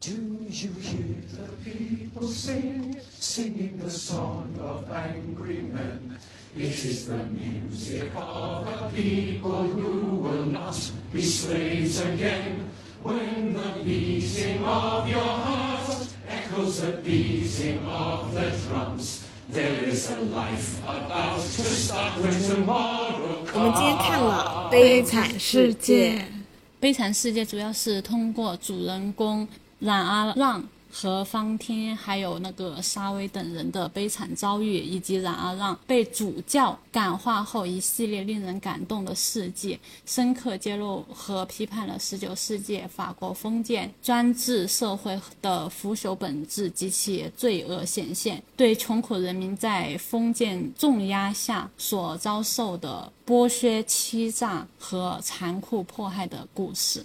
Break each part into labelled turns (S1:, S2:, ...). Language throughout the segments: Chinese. S1: Do you hear the people sing, singing the song of angry men? It is the music of a people who will not be slaves again. When the beating of your heart echoes the beating of the drums, there is a life about to start when tomorrow
S2: 我们今天看了《悲惨世界》，
S3: 悲惨世界主要是通过主人公冉阿让和方天，还有那个沙威等人的悲惨遭遇，以及冉阿让被主教感化后一系列令人感动的事迹，深刻揭露和批判了19世纪法国封建专制社会的腐朽本质及其罪恶显现，对穷苦人民在封建重压下所遭受的剥削、欺诈和残酷迫害的故事。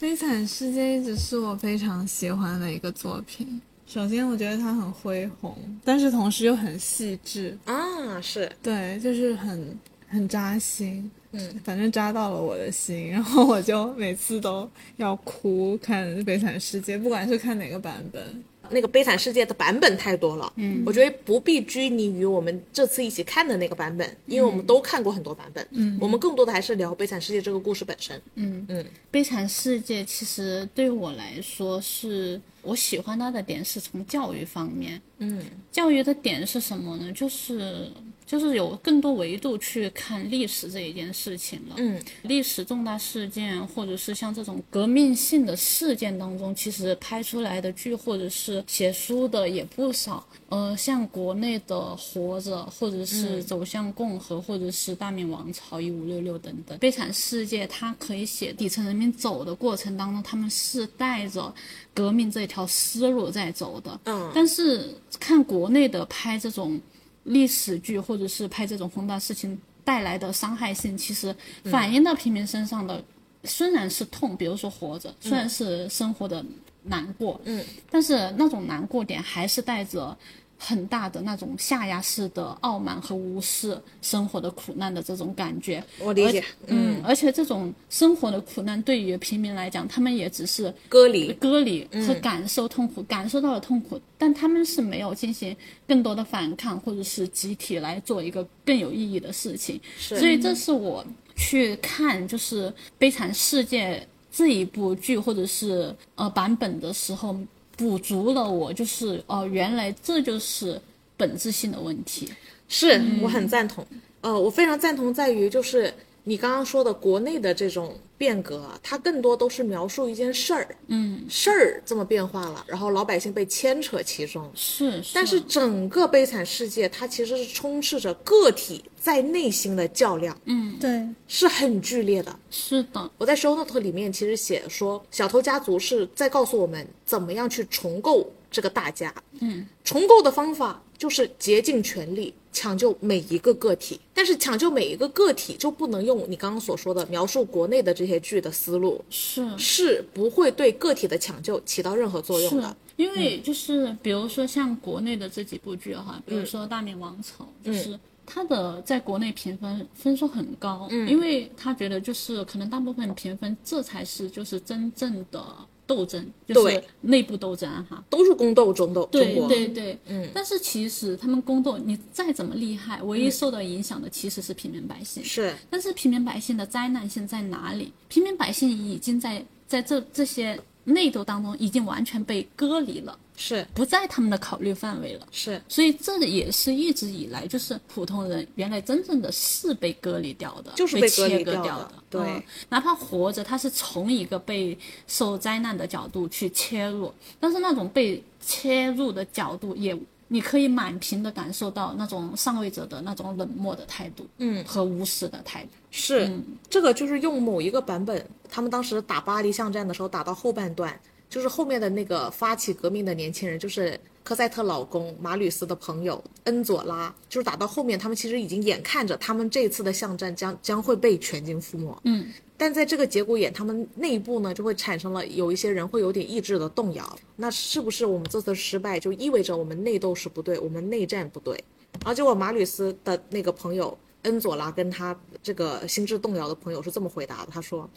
S4: 《悲惨世界》一直是我非常喜欢的一个作品。首先，我觉得它很恢宏，但是同时又很细致，
S2: 啊，是
S4: 对，就是很很扎心。嗯，反正扎到了我的心，然后我就每次都要哭看《悲惨世界》，不管是看哪个版本。
S2: 那个《悲惨世界》的版本太多了，嗯，我觉得不必拘泥于我们这次一起看的那个版本，因为我们都看过很多版本，嗯，我们更多的还是聊《悲惨世界》这个故事本身，
S3: 嗯悲惨世界其实对我来说是，我喜欢它的点是从教育方面。嗯，教育的点是什么呢？就是就是有更多维度去看历史这一件事情了。嗯，历史重大事件或者是像这种革命性的事件当中，其实拍出来的剧或者是写书的也不少。呃，像国内的《活着》，或者是《走向共和》，或者是《大明王朝一五六六》等等，《悲惨世界》它可以写底层人民走的过程当中，他们是带着革命这条思路在走的。嗯，但是看国内的拍这种历史剧，或者是拍这种宏大事情带来的伤害性，其实反映到平民身上的，虽然是痛，比如说活着，虽然是生活的难过，嗯，但是那种难过点还是带着很大的那种下压式的傲慢和无视生活的苦难的这种感觉。
S2: 我理解
S3: 而嗯，而且这种生活的苦难对于平民来讲，他们也只是
S2: 隔离，
S3: 隔离和感受痛苦，感受到了痛苦，但他们是没有进行更多的反抗，或者是集体来做一个更有意义的事情。所以这是我去看就是《悲惨世界》这一部剧或者是呃版本的时候，补足了我就是哦、原来这就是本质性的问题。
S2: 是、我很赞同。呃，我非常赞同在于就是你刚刚说的国内的这种变革啊，它更多都是描述一件事儿，嗯，事儿这么变化了，然后老百姓被牵扯其中。
S3: 是，
S2: 但是整个悲惨世界，它其实是充斥着个体在内心的较量，
S4: 对，
S2: 是很剧烈的。
S3: 嗯是的，
S2: 我在 show note 里面其实写说，小偷家族是在告诉我们怎么样去重构这个大家。嗯，重构的方法就是竭尽全力抢救每一个个体，但是抢救每一个个体就不能用你刚刚所说的描述国内的这些剧的思路，
S3: 是。
S2: 是不会对个体的抢救起到任何作用嗯
S3: 是
S2: 的。
S3: 因为就是比如说像国内的这几部剧哈，比
S2: 嗯
S3: 如说《大明王朝》，就是它的在国内评分分数很高，
S2: 嗯
S3: 因为他觉得就是可能大部分评分这才是就是真正的斗争，就是
S2: 对
S3: 内部斗争啊哈。
S2: 都是宫斗中斗，中
S3: 对
S2: 国
S3: 对对，嗯。但是其实他们宫斗，你再怎么厉害，
S2: 嗯
S3: 唯一受到影响的其实是平民百姓。
S2: 是
S3: 但是平民百姓的灾难性在哪里？平民百姓已经在在这这些内斗当中已经完全被隔离了。
S2: 是
S3: 不在他们的考虑范围了。
S2: 是
S3: 所以这也是一直以来就是普通人原来真正的是被隔离掉的，
S2: 就是
S3: 被
S2: 被隔离
S3: 切割
S2: 掉
S3: 的
S2: 的。对
S3: 嗯哪怕活着，他是从一个被受灾难的角度去切入，但是那种被切入的角度也。你可以满屏的感受到那种上位者的那种冷漠的态度，嗯，和无视的态度，
S2: 是、这个就是用某一个版本，他们当时打巴黎巷战的时候，打到后半段，就是后面的那个发起革命的年轻人，就是科赛特老公马吕斯的朋友恩佐拉，就是打到后面，他们其实已经眼看着他们这次的巷战将将会被全军覆没，嗯。但在这个节骨眼，他们内部呢就会产生了有一些人会有点意志的动摇。那是不是我们这次失败就意味着我们内斗是不对，我们内战不对？然后结果马吕斯的那个朋友恩佐拉跟他这个心智动摇的朋友是这么回答的，他说：“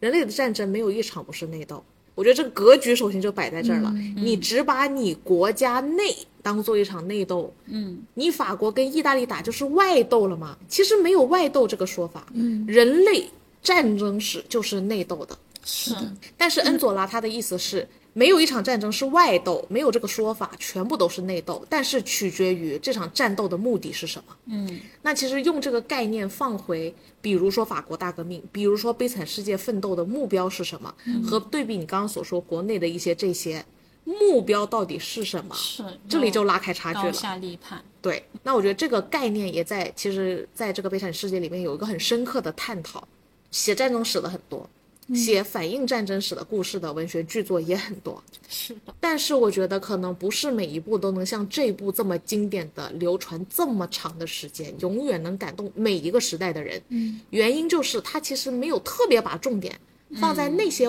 S2: 人类的战争没有一场不是内斗，我觉得这个格局首先就摆在这儿了，你只把你国家内当做一场内斗，
S3: 嗯，
S2: 你法国跟意大利打就是外斗了吗？其实没有外斗这个说法，嗯，人类战争史就是内斗的，
S3: 是
S2: 但
S3: 嗯
S2: 是恩佐拉他的意思是，没有一场战争是外斗，没有这个说法，全部都是内斗，但是取决于这场战斗的目的是什么。
S3: 嗯，
S2: 那其实用这个概念放回，比如说法国大革命，比如说悲惨世界奋斗的目标是什么，
S3: 嗯
S2: 和对比你刚刚所说国内的一些这些目标到底是什么，
S3: 是，哦
S2: 这里就拉开差距
S3: 高
S2: 了。
S3: 下立判，
S2: 对，那我觉得这个概念也在，其实在这个悲惨世界里面有一个很深刻的探讨。写战争史的很多，写反映战争史的故事的文学巨作也很多，
S3: 是的，
S2: 但是我觉得可能不是每一部都能像这部这么经典的流传这么长的时间，永远能感动每一个时代的人。嗯，原因就是它其实没有特别把重点放
S3: 嗯
S2: 在那些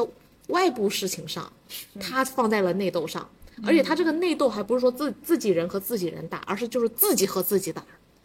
S2: 外部事情上，它放在了内斗上，而且它这个内斗还不是说自自己人和自己人打，而是就是自己和自己打。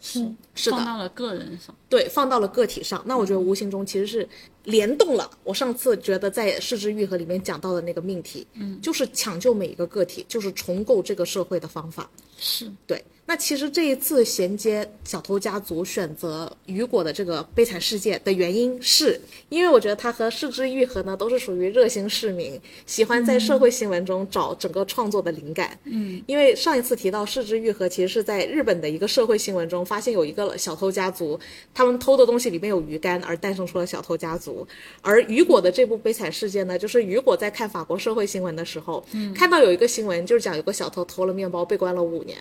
S3: 是
S2: 是的
S3: 放到了个人上，
S2: 对，放到了个体上，那我觉得无形中其实是联动了。我上次觉得在《失之愈合》里面讲到的那个命题，嗯，就是抢救每一个个体，就是重构这个社会的方法。
S3: 是
S2: 对，那其实这一次衔接小偷家族选择雨果的这个悲惨世界的原因是，因为我觉得他和市之愈合呢都是属于热心市民，喜欢在社会新闻中找整个创作的灵感。嗯，因为上一次提到市之愈合，其实是在日本的一个社会新闻中发现有一个小偷家族，他们偷的东西里面有鱼竿，而诞生出了小偷家族。而雨果的这部悲惨世界呢，就是雨果在看法国社会新闻的时候，看到有一个新闻，就是讲有个小偷偷了面包被关了五年，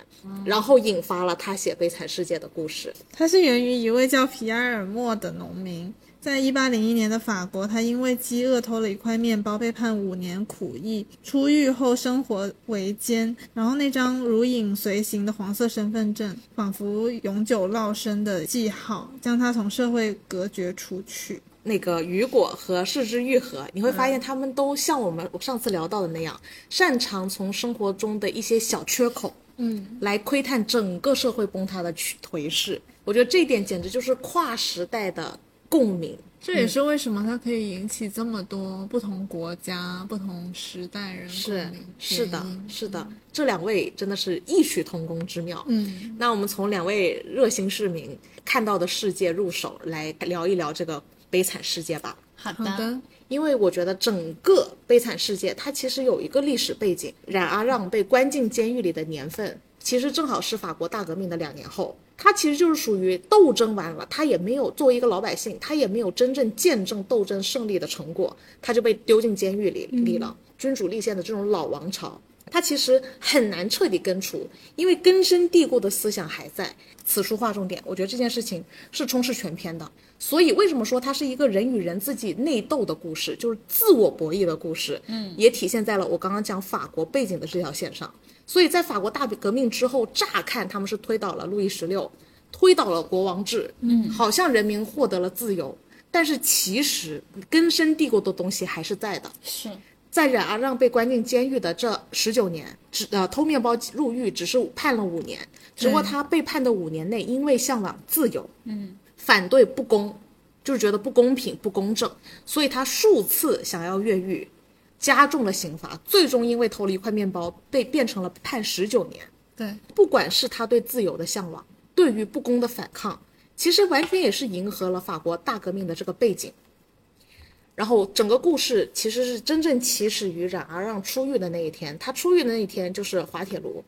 S2: 然后引发了他写悲惨世界的故事。
S4: 它是源于一位叫皮埃尔莫的农民，在一八零一年的法国，他因为饥饿偷了一块面包，被判五年苦役。出狱后生活维艰，然后那张如影随形的黄色身份证，仿佛永久烙生的记号，将他从社会隔绝出去。
S2: 那个雨果和世之愈合，你会发现他们都像我们上次聊到的那样，擅长从生活中的一些小缺口，嗯，来窥探整个社会崩塌的趋颓势。我觉得这一点简直就是跨时代的共鸣。
S4: 这也是为什么它可以引起这么多不同国家、不同时代人
S2: 是嗯是的，是的，这两位真的是异曲同工之妙。
S4: 嗯，
S2: 那我们从两位热心市民看到的世界入手，来聊一聊这个悲惨世界吧。
S3: 好的，
S4: 好的，
S2: 因为我觉得整个悲惨世界它其实有一个历史背景，冉阿让被关进监狱里的年份，其实正好是法国大革命的两年后。他其实就是属于斗争完了，他也没有作为一个老百姓，他也没有真正见证斗争胜利的成果，他就被丢进监狱里里了。君主立宪的这种老王朝，它其实很难彻底根除，因为根深蒂固的思想还在。此处划重点，我觉得这件事情是充斥全篇的。所以为什么说它是一个人与人自己内斗的故事，就是自我博弈的故事？嗯，也体现在了我刚刚讲法国背景的这条线上。所以在法国大革命之后，乍看他们是推倒了路易十六，推倒了国王制，嗯，好像人民获得了自由，但是其实根深蒂固的东西还是在的。
S3: 是
S2: 在冉阿让被关进监狱的这十九年，只呃偷面包入狱只是判了五年，只不过他被判的五年内，因为向往自由，嗯，反对不公，就是觉得不公平、不公正，所以他数次想要越狱，加重了刑罚，最终因为偷了一块面包被变成了判十九年。
S4: 对，
S2: 不管是他对自由的向往，对于不公的反抗，其实完全也是迎合了法国大革命的这个背景。然后整个故事其实是真正起始于冉阿让出狱的那一天，他出狱的那一天就是滑铁卢，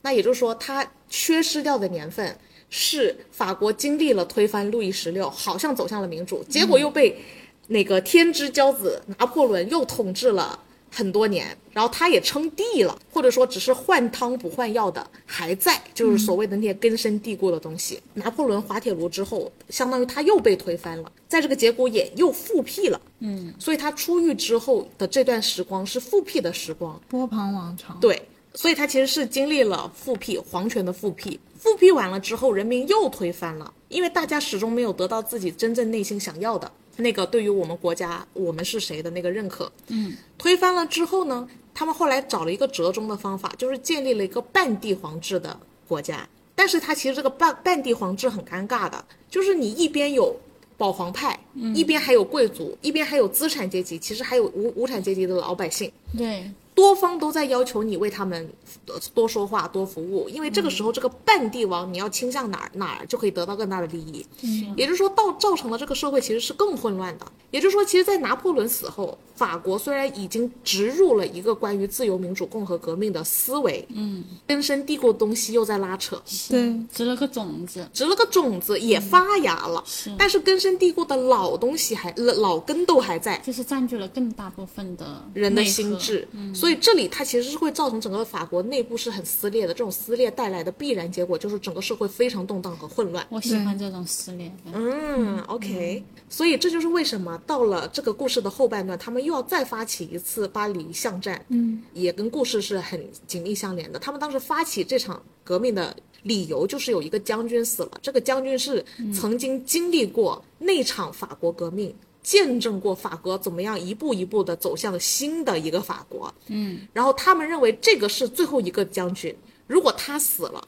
S2: 那也就是说他缺失掉的年份是法国经历了推翻路易十六，好像走向了民主，结果又被那个天之骄子拿破仑又统治了很多年，然后他也称帝了，或者说只是换汤不换药的还在，就是所谓的那些根深蒂固的东西。拿破仑滑铁卢之后，相当于他又被推翻了，在这个结果也又复辟了。嗯，所以他出狱之后的这段时光是复辟的时光，
S4: 波旁王朝。
S2: 对，所以他其实是经历了复辟皇权的复辟，复辟完了之后，人民又推翻了，因为大家始终没有得到自己真正内心想要的那个对于我们国家我们是谁的那个认可。嗯，推翻了之后呢，他们后来找了一个折中的方法，就是建立了一个半帝皇制的国家。但是它其实这个半半帝皇制很尴尬的，就是你一边有保皇派，一边还有贵族，一边还有资产阶级，其实还有无无产阶级的老百姓，
S3: 对，
S2: 多方都在要求你为他们呃多说话、多服务，因为这个时候这个半帝王你要倾向哪儿哪儿就可以得到更大的利益，也就是说到造成了这个社会其实是更混乱的。也就是说，其实，在拿破仑死后，法国虽然已经植入了一个关于自由民主共和革命的思维，嗯，根深蒂固的东西又在拉扯，
S4: 对，
S3: 植了个种子，
S2: 植了个种子也发芽了，
S3: 是
S2: 但是根深蒂固的老东西还老根都还在，
S3: 就是占据了更大部分的
S2: 人的
S3: 内核嗯
S2: 心智，所以这里它其实是会造成整个法国内部是很撕裂的。这种撕裂带来的必然结果就是整个社会非常动荡和混乱。
S3: 我喜欢这种撕裂的，
S2: 嗯，OK，所以这就是为什么到了这个故事的后半段，他们又要再发起一次巴黎巷战，嗯，也跟故事是很紧密相连的。他们当时发起这场革命的理由就是有一个将军死了，这个将军是曾经经历过那场法国革命。见证过法国怎么样一步一步的走向新的一个法国，嗯，然后他们认为这个是最后一个将军，如果他死了，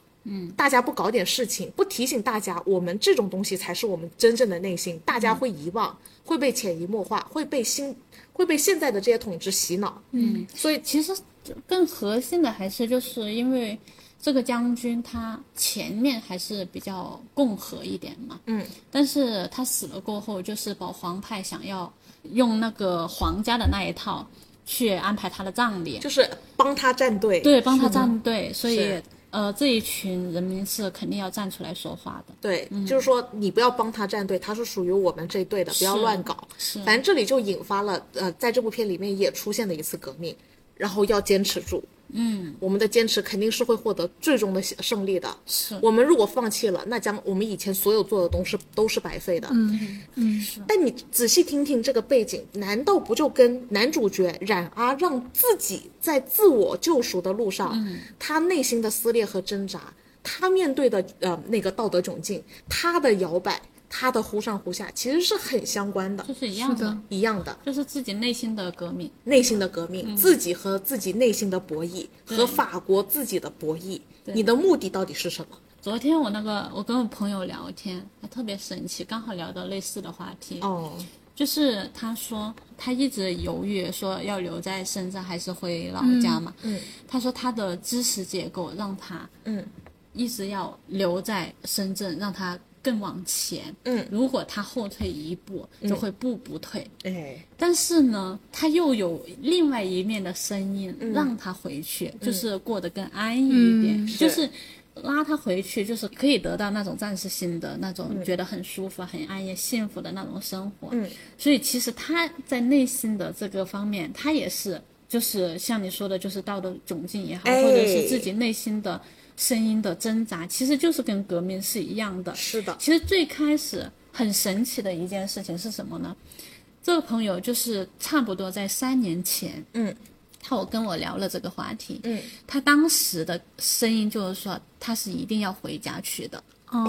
S2: 大家不搞点事情，不提醒大家，我们这种东西才是我们真正的内心，大
S3: 嗯
S2: 家会遗忘，会被潜移默化，会被新，会被现在的这些统治洗脑。嗯，所以
S3: 其实更核心的还是就是因为这个将军他前面还是比较共和一点嘛，
S2: 嗯，
S3: 但是他死了过后，就是保皇派想要用那个皇家的那一套去安排他的葬礼，
S2: 就是帮他站队。，
S3: 对，帮他站队，所以
S2: 是
S3: 呃这一群人民是肯定要站出来说话的，
S2: 对，就是说你不要帮他站队，他是属于我们这一队的，不要
S3: 嗯是嗯
S2: 乱搞。
S3: 是
S2: 反正这里就引发了，呃，在这部片里面也出现了一次革命，然后要坚持住。嗯，我们的坚持肯定是会获得最终的胜利的。
S3: 是
S2: 我们如果放弃了，那将我们以前所有做的东西都是白费的。
S4: 嗯，
S2: 但你仔细听听这个背景，难道不就跟男主角冉阿让自己在自我救赎的路上，他内心的撕裂和挣扎，他面对的呃那个道德窘境，他的摇摆，他的忽上忽下，其实是很相关的
S3: 就，是一样
S4: 是的
S2: 一样的。
S3: 就是自己内心的革命，
S2: 内心的革命，自己和自己内心的博弈，和法国自己的博弈，你的目的到底是什么？
S3: 昨天我那个，我跟我朋友聊天，他特别神奇，刚好聊到类似的话题，
S2: 哦，
S3: 就是他说他一直犹豫说要留在深圳还是回老家嘛，
S2: 嗯
S3: 他说他的知识结构让他
S2: 嗯
S3: 一直要留在深圳，让他更往前，
S2: 嗯，
S3: 如果他后退一步，就会步步退。
S2: 哎，
S3: 但是呢，他又有另外一面的声音，
S2: 嗯
S3: 让他回去，就是过得更安逸一点，就是拉他回去，就是可以得到那种暂时性的那种、觉得很舒服、很安逸、幸福的那种生活。
S2: 嗯，
S3: 所以其实他在内心的这个方面，他也是，就是像你说的，就是道德窘境也好，
S2: 哎
S3: 或者是自己内心的声音的挣扎，其实就是跟革命是一样的。
S2: 是的，
S3: 其实最开始很神奇的一件事情是什么呢？这个朋友就是差不多在三年前，
S2: 嗯，
S3: 他有跟我聊了这个话题，
S2: 嗯，
S3: 他当时的声音就是说他是一定要回家去的。
S4: 哦，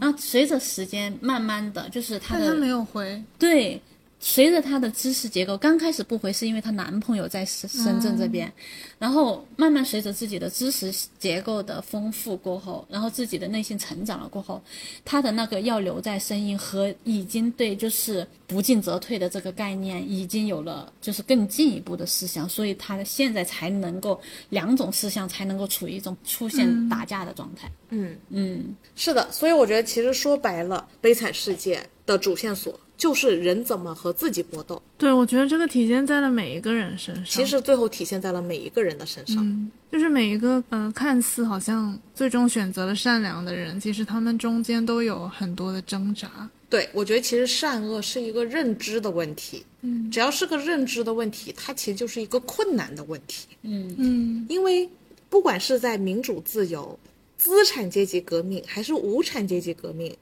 S3: 然后随着时间慢慢的，就是他
S4: 但
S3: 的
S4: 他没有回，
S3: 对，随着她的知识结构，刚开始不回是因为她男朋友在深深圳这边，然后慢慢随着自己的知识结构的丰富过后，然后自己的内心成长了过后，她的那个要留在声音和已经对就是不进则退的这个概念已经有了就是更进一步的思想，所以她现在才能够两种思想才能够处于一种出现打架的状态。
S2: 嗯。
S3: 嗯，
S2: 是的，所以我觉得其实说白了，《悲惨世界》的主线索就是人怎么和自己搏斗，
S4: 对我觉得这个体现在了每一个人身上，
S2: 其实最后体现在了每一个人的身
S4: 嗯
S2: 上。
S4: 就是每一个嗯、呃看似好像最终选择了善良的人，其实他们中间都有很多的挣扎。
S2: 对，我觉得其实善恶是一个认知的问题，嗯，只要是个认知的问题，它其实就是一个困难的问题，
S4: 嗯，
S2: 因为不管是在民主自由、资产阶级革命，还是无产阶级革命，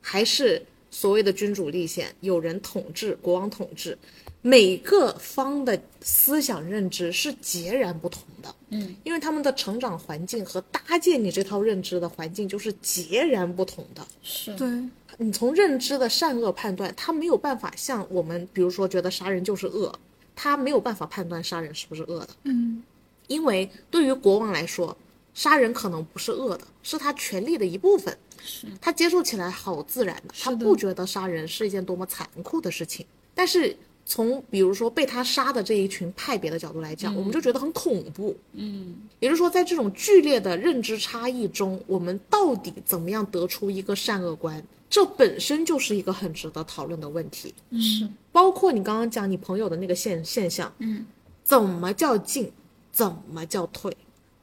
S2: 还是所谓的君主立宪，有人统治、国王统治，每个方的思想认知是截然不同的。嗯，因为他们的成长环境和搭建你这套认知的环境就是截然不同的。
S3: 是
S4: 对，
S2: 你从认知的善恶判断，他没有办法像我们，比如说觉得杀人就是恶，他没有办法判断杀人是不是恶的。
S4: 嗯，
S2: 因为对于国王来说，杀人可能不是恶的，是他权利的一部分。
S3: 是
S2: 他接受起来好自然的，他
S4: 是的
S2: 不觉得杀人是一件多么残酷的事情。但是从比如说被他杀的这一群派别的角度来
S4: 嗯
S2: 讲，我们就觉得很恐怖。
S3: 嗯，
S2: 也就是说，在这种剧烈的认知差异中，我们到底怎么样得出一个善恶观？这本身就是一个很值得讨论的问题。
S3: 是
S2: 包括你刚刚讲你朋友的那个现现象，
S3: 嗯，
S2: 怎么叫进，怎么叫退？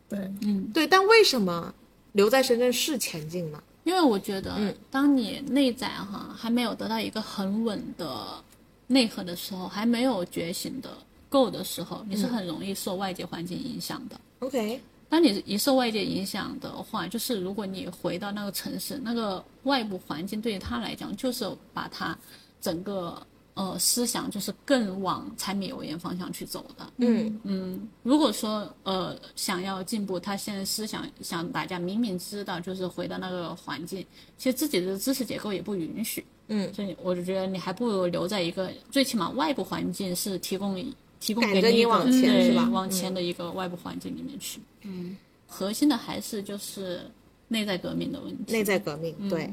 S4: 对，
S3: 嗯，
S2: 对，但为什么留在深圳是前进呢？
S3: 因为我觉得
S2: 嗯，
S3: 当你内在哈还没有得到一个很稳的内核的时候，还没有觉醒的够的时候，你是很容易受外界环境影响的。
S2: OK，
S3: 当你一受外界影响的话，就是如果你回到那个城市，那个外部环境对于他来讲，就是把他整个呃思想就是更往柴米油盐方向去走的。
S2: 嗯
S3: 嗯，如果说呃想要进步，他现在思想想大家明明知道就是回到那个环境，其实自己的知识结构也不允许，
S2: 嗯，
S3: 所以我就觉得你还不如留在一个最起码外部环境是提供提供
S2: 赶
S3: 给
S2: 着
S3: 一
S2: 你
S3: 个
S2: 往前
S3: 对
S2: 是吧嗯
S3: 往前的一个外部环境里面去。嗯，核心的还是就是内在革命的问题。
S2: 内在革命，对。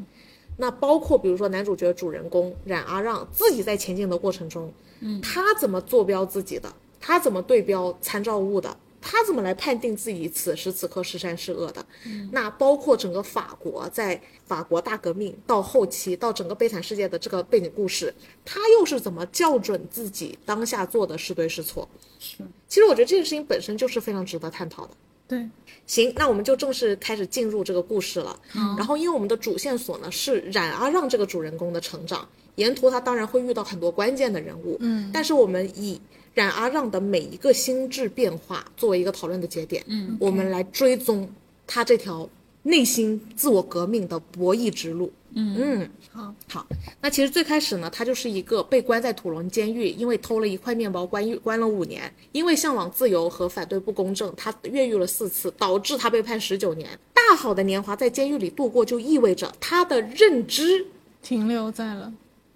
S2: 那包括比如说男主角主人公冉阿让自己在前进的过程中，嗯，他怎么坐标自己的？他怎么对标参照物的？他怎么来判定自己此时此刻是善是恶的？那包括整个法国，在法国大革命到后期，到整个悲惨世界的这个背景故事，他又是怎么校准自己当下做的是对是错？
S3: 是
S2: 其实我觉得这件事情本身就是非常值得探讨的。
S4: 对，
S2: 行，那我们就正式开始进入这个故事了。然后，因为我们的主线索呢是冉阿让这个主人公的成长，沿途他当然会遇到很多关键的人物，嗯，但是我们以冉阿让的每一个心智变化作为一个讨论的节点，嗯，我们来追踪他这条内心自我革命的博弈之路。嗯，
S4: 好，
S2: 好，那其实最开始呢，他就是一个被关在土伦监狱，因为偷了一块面包关狱关了五年，因为向往自由和反对不公正，他越狱了四次，导致他被判十九年。大好的年华在监狱里度过，就意味着他的认知
S4: 停留在了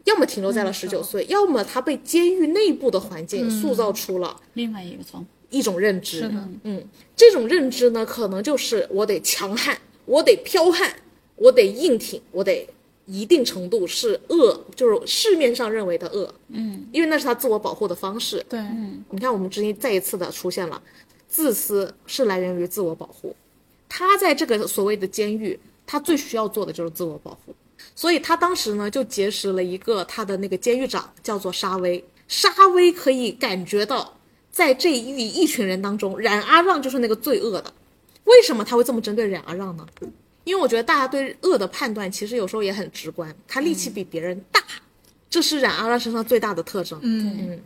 S2: 要么停留
S4: 嗯
S2: 在了十九岁，要么他被监狱内部的环境塑造出了
S3: 另外一个从
S2: 一种认知。
S4: 是的，
S2: 嗯，这种认知呢，可能就是我得强悍，我得彪悍，我得硬挺，我得一定程度是恶，就是市面上认为的恶。嗯，因为那是他自我保护的方式。
S4: 对，
S2: 你看，我们之前再一次的出现了，自私是来源于自我保护。他在这个所谓的监狱，他最需要做的就是自我保护。所以他当时呢，就结识了一个他的那个监狱长，叫做沙威。沙威可以感觉到，在这一一群人当中，冉阿让就是那个最恶的。为什么他会这么针对冉阿让呢？因为我觉得大家对恶的判断其实有时候也很直观，他力气比别人大，这是冉阿让身上最大的特征。
S4: 嗯，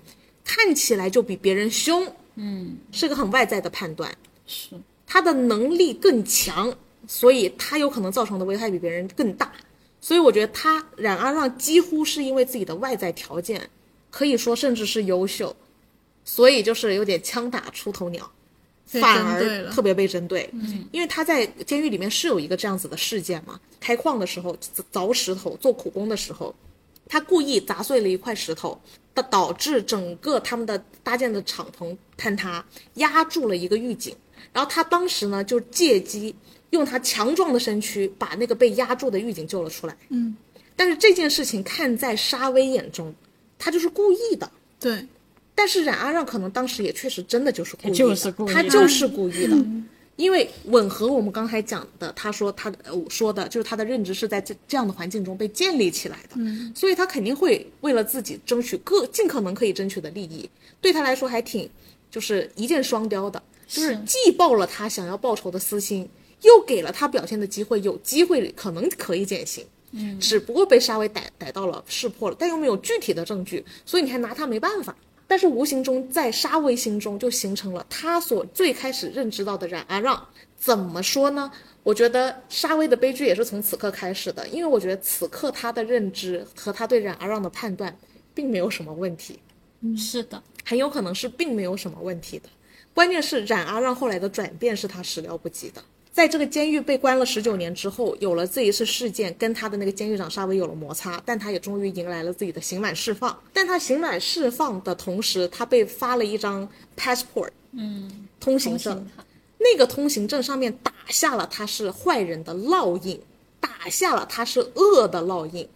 S2: 看起来就比别人凶，嗯，是个很外在的判断。
S3: 是
S2: 他的能力更强，所以他有可能造成的危害比别人更大。所以我觉得他冉阿让几乎是因为自己的外在条件，可以说甚至是优秀，所以就是有点枪打出头鸟，
S4: 被
S2: 反
S4: 针对
S2: 而
S4: 了
S2: 特别被针对。嗯，因为他在监狱里面是有一个这样子的事件嘛，开矿的时候凿石头做苦工的时候，他故意砸碎了一块石头，导导致整个他们的搭建的敞篷坍塌，压住了一个狱警。然后他当时呢，就借机用他强壮的身躯把那个被压住的狱警救了出来。
S4: 嗯，
S2: 但是这件事情看在沙威眼中，他就是故意的。
S4: 对，
S2: 但是冉阿让可能当时也确实真的就是故意的，
S3: 他就是故意的
S2: 他就是故意的，因为吻合我们刚才讲的，他说他的呃我说的就是他的认知是在这这样的环境中被建立起来的，所以他肯定会为了自己争取各尽可能可以争取的利益，对他来说还挺就是一箭双雕的，就是
S3: 是
S2: 既报了他想要报仇的私心，又给了他表现的机会，有机会可能可以减刑。嗯，只不过被沙威逮逮到了，识破了，但又没有具体的证据，所以你还拿他没办法。但是无形中，在沙威心中就形成了他所最开始认知到的冉阿让。怎么说呢？我觉得沙威的悲剧也是从此刻开始的，因为我觉得此刻他的认知和他对冉阿让的判断并没有什么问题，
S3: 是的，
S2: 很有可能是并没有什么问题的。关键是冉阿让后来的转变是他始料不及的。在这个监狱被关了十九年之后，有了这一次事件，跟他的那个监狱长沙威有了摩擦，但他也终于迎来了自己的刑满释放。但他刑满释放的同时，他被发了一张 passport，嗯，通行证。
S3: 同情他
S2: 那个通行证上面打下了他是坏人的烙印，打下了他是恶的烙印，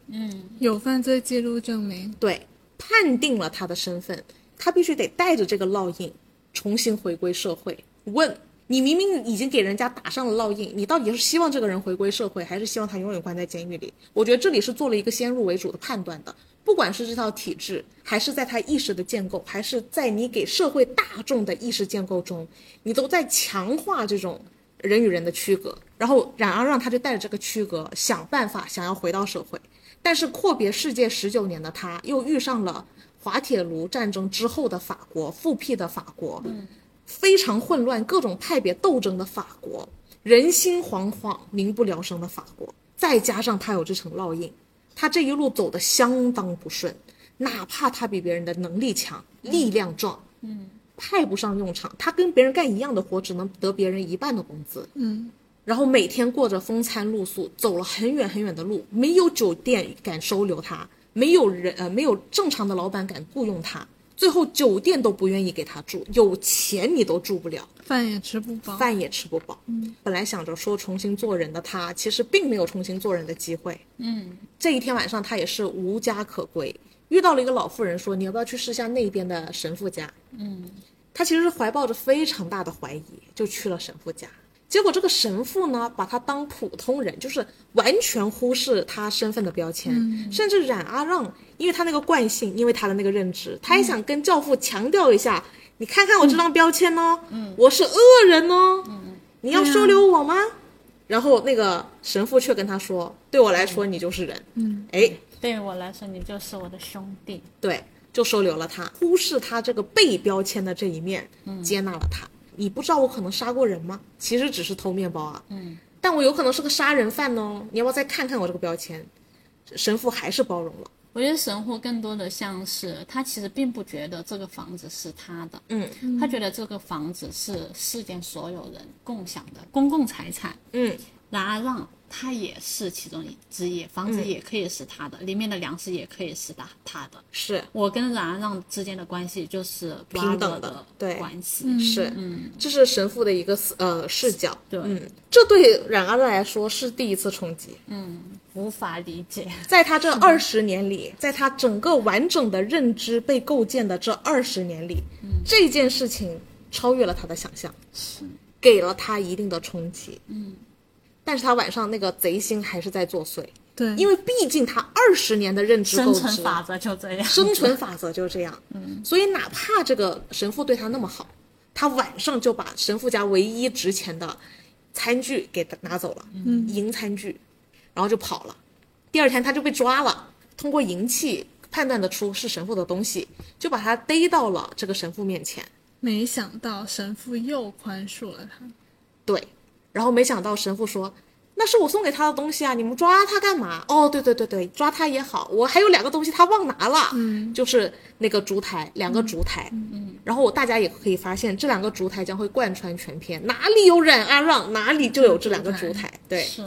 S4: 有犯罪记录证明，
S2: 对，判定了他的身份，他必须得带着这个烙印重新回归社会。问你明明已经给人家打上了烙印，你到底是希望这个人回归社会，还是希望他永远关在监狱里？我觉得这里是做了一个先入为主的判断的。不管是这套体制，还是在他意识的建构，还是在你给社会大众的意识建构中，你都在强化这种人与人的区隔，然后然而让他就带着这个区隔，想办法想要回到社会。但是阔别世界十九年的他，又遇上了滑铁卢战争之后的法国复辟的法国，非常混乱、各种派别斗争的法国，人心惶惶、民不聊生的法国。再加上他有这层烙印，他这一路走得相当不顺。哪怕他比别人的能力强、力量壮，嗯，派不上用场。他跟别人干一样的活，只能得别人一半的工资。
S4: 嗯，
S2: 然后每天过着风餐露宿，走了很远很远的路，没有酒店敢收留他，没有人呃没有正常的老板敢雇佣他，最后酒店都不愿意给他住，有钱你都住不了，
S4: 饭也吃不饱，
S2: 饭也吃不饱。嗯，本来想着说重新做人的他，其实并没有重新做人的机会。
S3: 嗯，
S2: 这一天晚上他也是无家可归，遇到了一个老妇人说：“你要不要去试下那边的神父家？”嗯，他其实是怀抱着非常大的怀疑，就去了神父家。结果这个神父呢，把他当普通人，就是完全忽视他身份的标签，甚至冉阿让，因为他那个惯性，因为他的那个认知，他也想跟教父强调一下：你看看我这张标签哦，我是恶人哦，你要收留我吗？然后那个神父却跟他说：“对我来说，你就是人。”嗯，哎，
S3: 对我来说，你就是我的兄弟。
S2: 对，就收留了他，忽视他这个被标签的这一面，接纳了他。你不知道我可能杀过人吗？其实只是偷面包啊。嗯，但我有可能是个杀人犯哦。你要不要再看看我这个标签？神父还是包容了。
S3: 我觉得神户更多的像是他其实并不觉得这个房子是他的，
S2: 嗯
S3: 他觉得这个房子是世间所有人共享的公共财产。
S2: 嗯，
S3: 然而让他也是其中之一，房子也可以是他的，里面的粮食也可以是他他的。
S2: 是
S3: 我跟冉让之间的关系就是
S2: 嗯平等的
S3: brother 的嗯
S2: 对
S3: 关系，
S4: 嗯
S2: 是，这是神父的一个思呃视角。
S3: 对
S2: 嗯，这对冉阿让来说是第一次冲击。
S3: 嗯无法理解。
S2: 在他这二十年里，在他整个完整的认知被构建的这二十年里，这件事情超越了他的想象，给了他一定的冲击。嗯，但是他晚上那个贼心还是在作祟，
S4: 对，
S2: 因为毕竟他二十年的认知
S3: 生
S2: 构
S3: 存
S2: 植，
S3: 嗯法则就这样。
S2: 生存法则就是这样。嗯，所以哪怕这个神父对他那么好，他晚上就把神父家唯一值钱的餐具给他拿走了，嗯，银餐具，然后就跑了。第二天他就被抓了，通过银器判断得出是神父的东西，就把他逮到了这个神父面前。
S4: 没想到神父又宽恕了他。
S2: 对，然后没想到神父说。那是我送给他的东西啊！你们抓他干嘛？哦，对对对对，抓他也好，我还有两个东西他忘拿了，嗯，就是那个烛台，两个烛台，嗯，然后大家也可以发现，这两个烛台将会贯穿全篇，哪里有冉阿让，哪里就有这两个嗯烛台，对，
S3: 是，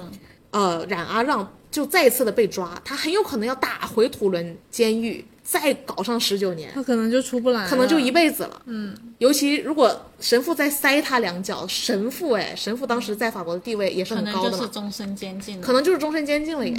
S2: 呃，冉阿让就再一次的被抓，他很有可能要打回土伦监狱，再搞上十九年，
S4: 他可能就出不来了，
S2: 可能就一辈子了。嗯，尤其如果神父再塞他两脚，神父哎，神父当时在法国的地位也是
S3: 可
S2: 很
S3: 能
S2: 高
S3: 就
S2: 的
S3: 是嗯
S2: 嘛，
S3: 终身监禁了。
S2: 可能就是终身监禁了也。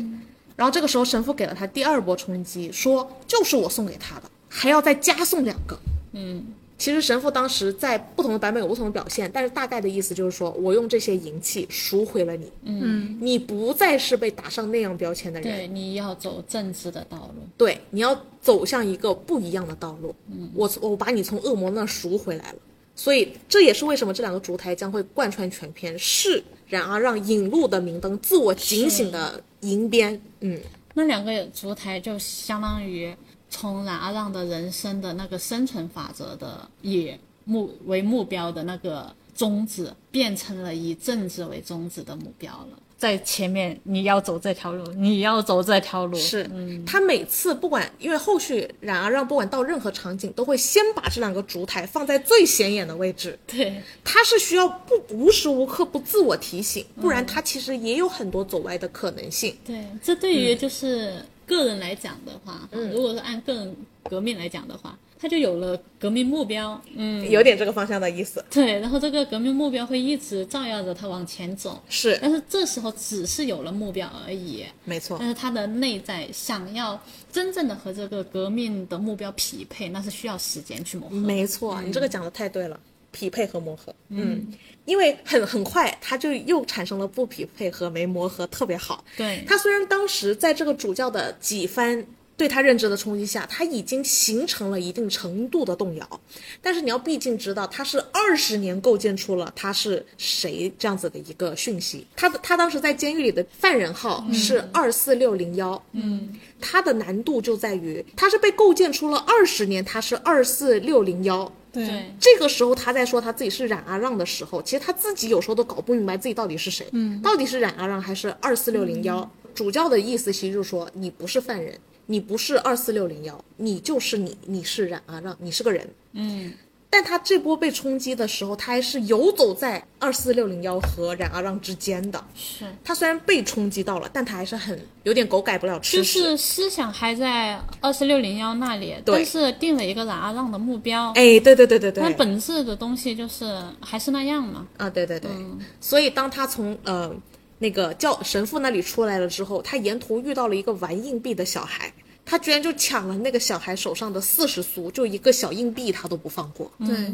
S2: 然后这个时候神父给了他第二波冲击，说就是我送给他的，还要再加送两个。
S3: 嗯，
S2: 其实神父当时在不同的版本有不同的表现，但是大概的意思就是说我用这些银器赎回了你，
S4: 嗯，
S2: 你不再是被打上那样标签的人，
S3: 对，你要走政治的道路。
S2: 对，你要走向一个不一样的道路。嗯，我我把你从恶魔那儿赎回来了，所以这也是为什么这两个烛台将会贯穿全篇，是然而让引路的明灯自我警醒的银鞭。嗯，
S3: 那两个烛台就相当于从冉阿让的人生的那个生存法则的以目为目标的那个宗旨，变成了以政治为宗旨的目标了。在前面你要走这条路，你要走这条路
S2: 是、嗯他每次不管，因为后续冉阿让不管到任何场景，都会先把这两个烛台放在最显眼的位置。
S3: 对，
S2: 他是需要不无时无刻不自我提醒，不然他其实也有很多走歪的可能性。
S3: 对，嗯这对于就是个人来讲的话，如果是按个人革命来讲的话，他就有了革命目标，嗯，
S2: 有点这个方向的意思。
S3: 对，然后这个革命目标会一直照耀着他往前走，
S2: 是，
S3: 但是这时候只是有了目标而已，
S2: 没错
S3: 但，是他的内在想要真正的和这个革命的目标匹配，那是需要时间去磨合。
S2: 没错，你这个讲的太对了。匹配和磨合，嗯，因为很很快，他就又产生了不匹配和没磨合，特别好。
S3: 对，
S2: 他虽然当时在这个主教的几番对他认知的冲击下，他已经形成了一定程度的动摇，但是你要毕竟知道，他是二十年构建出了他是谁这样子的一个讯息。他的他当时在监狱里的犯人号是二四六零幺，
S3: 嗯，
S2: 他的难度就在于他是被构建出了二十年，他是二四六零幺。
S4: 对
S3: 对，
S2: 这个时候他在说他自己是冉阿让的时候，其实他自己有时候都搞不明白自己到底是谁，嗯，到底是冉阿让还是二四六零
S3: 嗯
S2: 幺？主教的意思其实就是说，你不是犯人，你不是二四六零幺，你就是你，你是冉阿让，你是个人。
S3: 嗯，
S2: 但他这波被冲击的时候，他还是游走在二四六零幺和冉阿让之间的。
S3: 是，
S2: 他虽然被冲击到了，但他还是很有点狗改不了吃
S3: 就
S2: 屎。
S3: 是思想还在二四六零幺那里，
S2: 对
S3: 但是定了一个冉阿让的目标，
S2: 哎，对对对对对，
S3: 但本质的东西就是还是那样嘛。
S2: 啊，对对对，
S3: 嗯
S2: 所以当他从呃那个教神父那里出来了之后，他沿途遇到了一个玩硬币的小孩，他居然就抢了那个小孩手上的四十苏，就一个小硬币他都不放过。
S4: 对，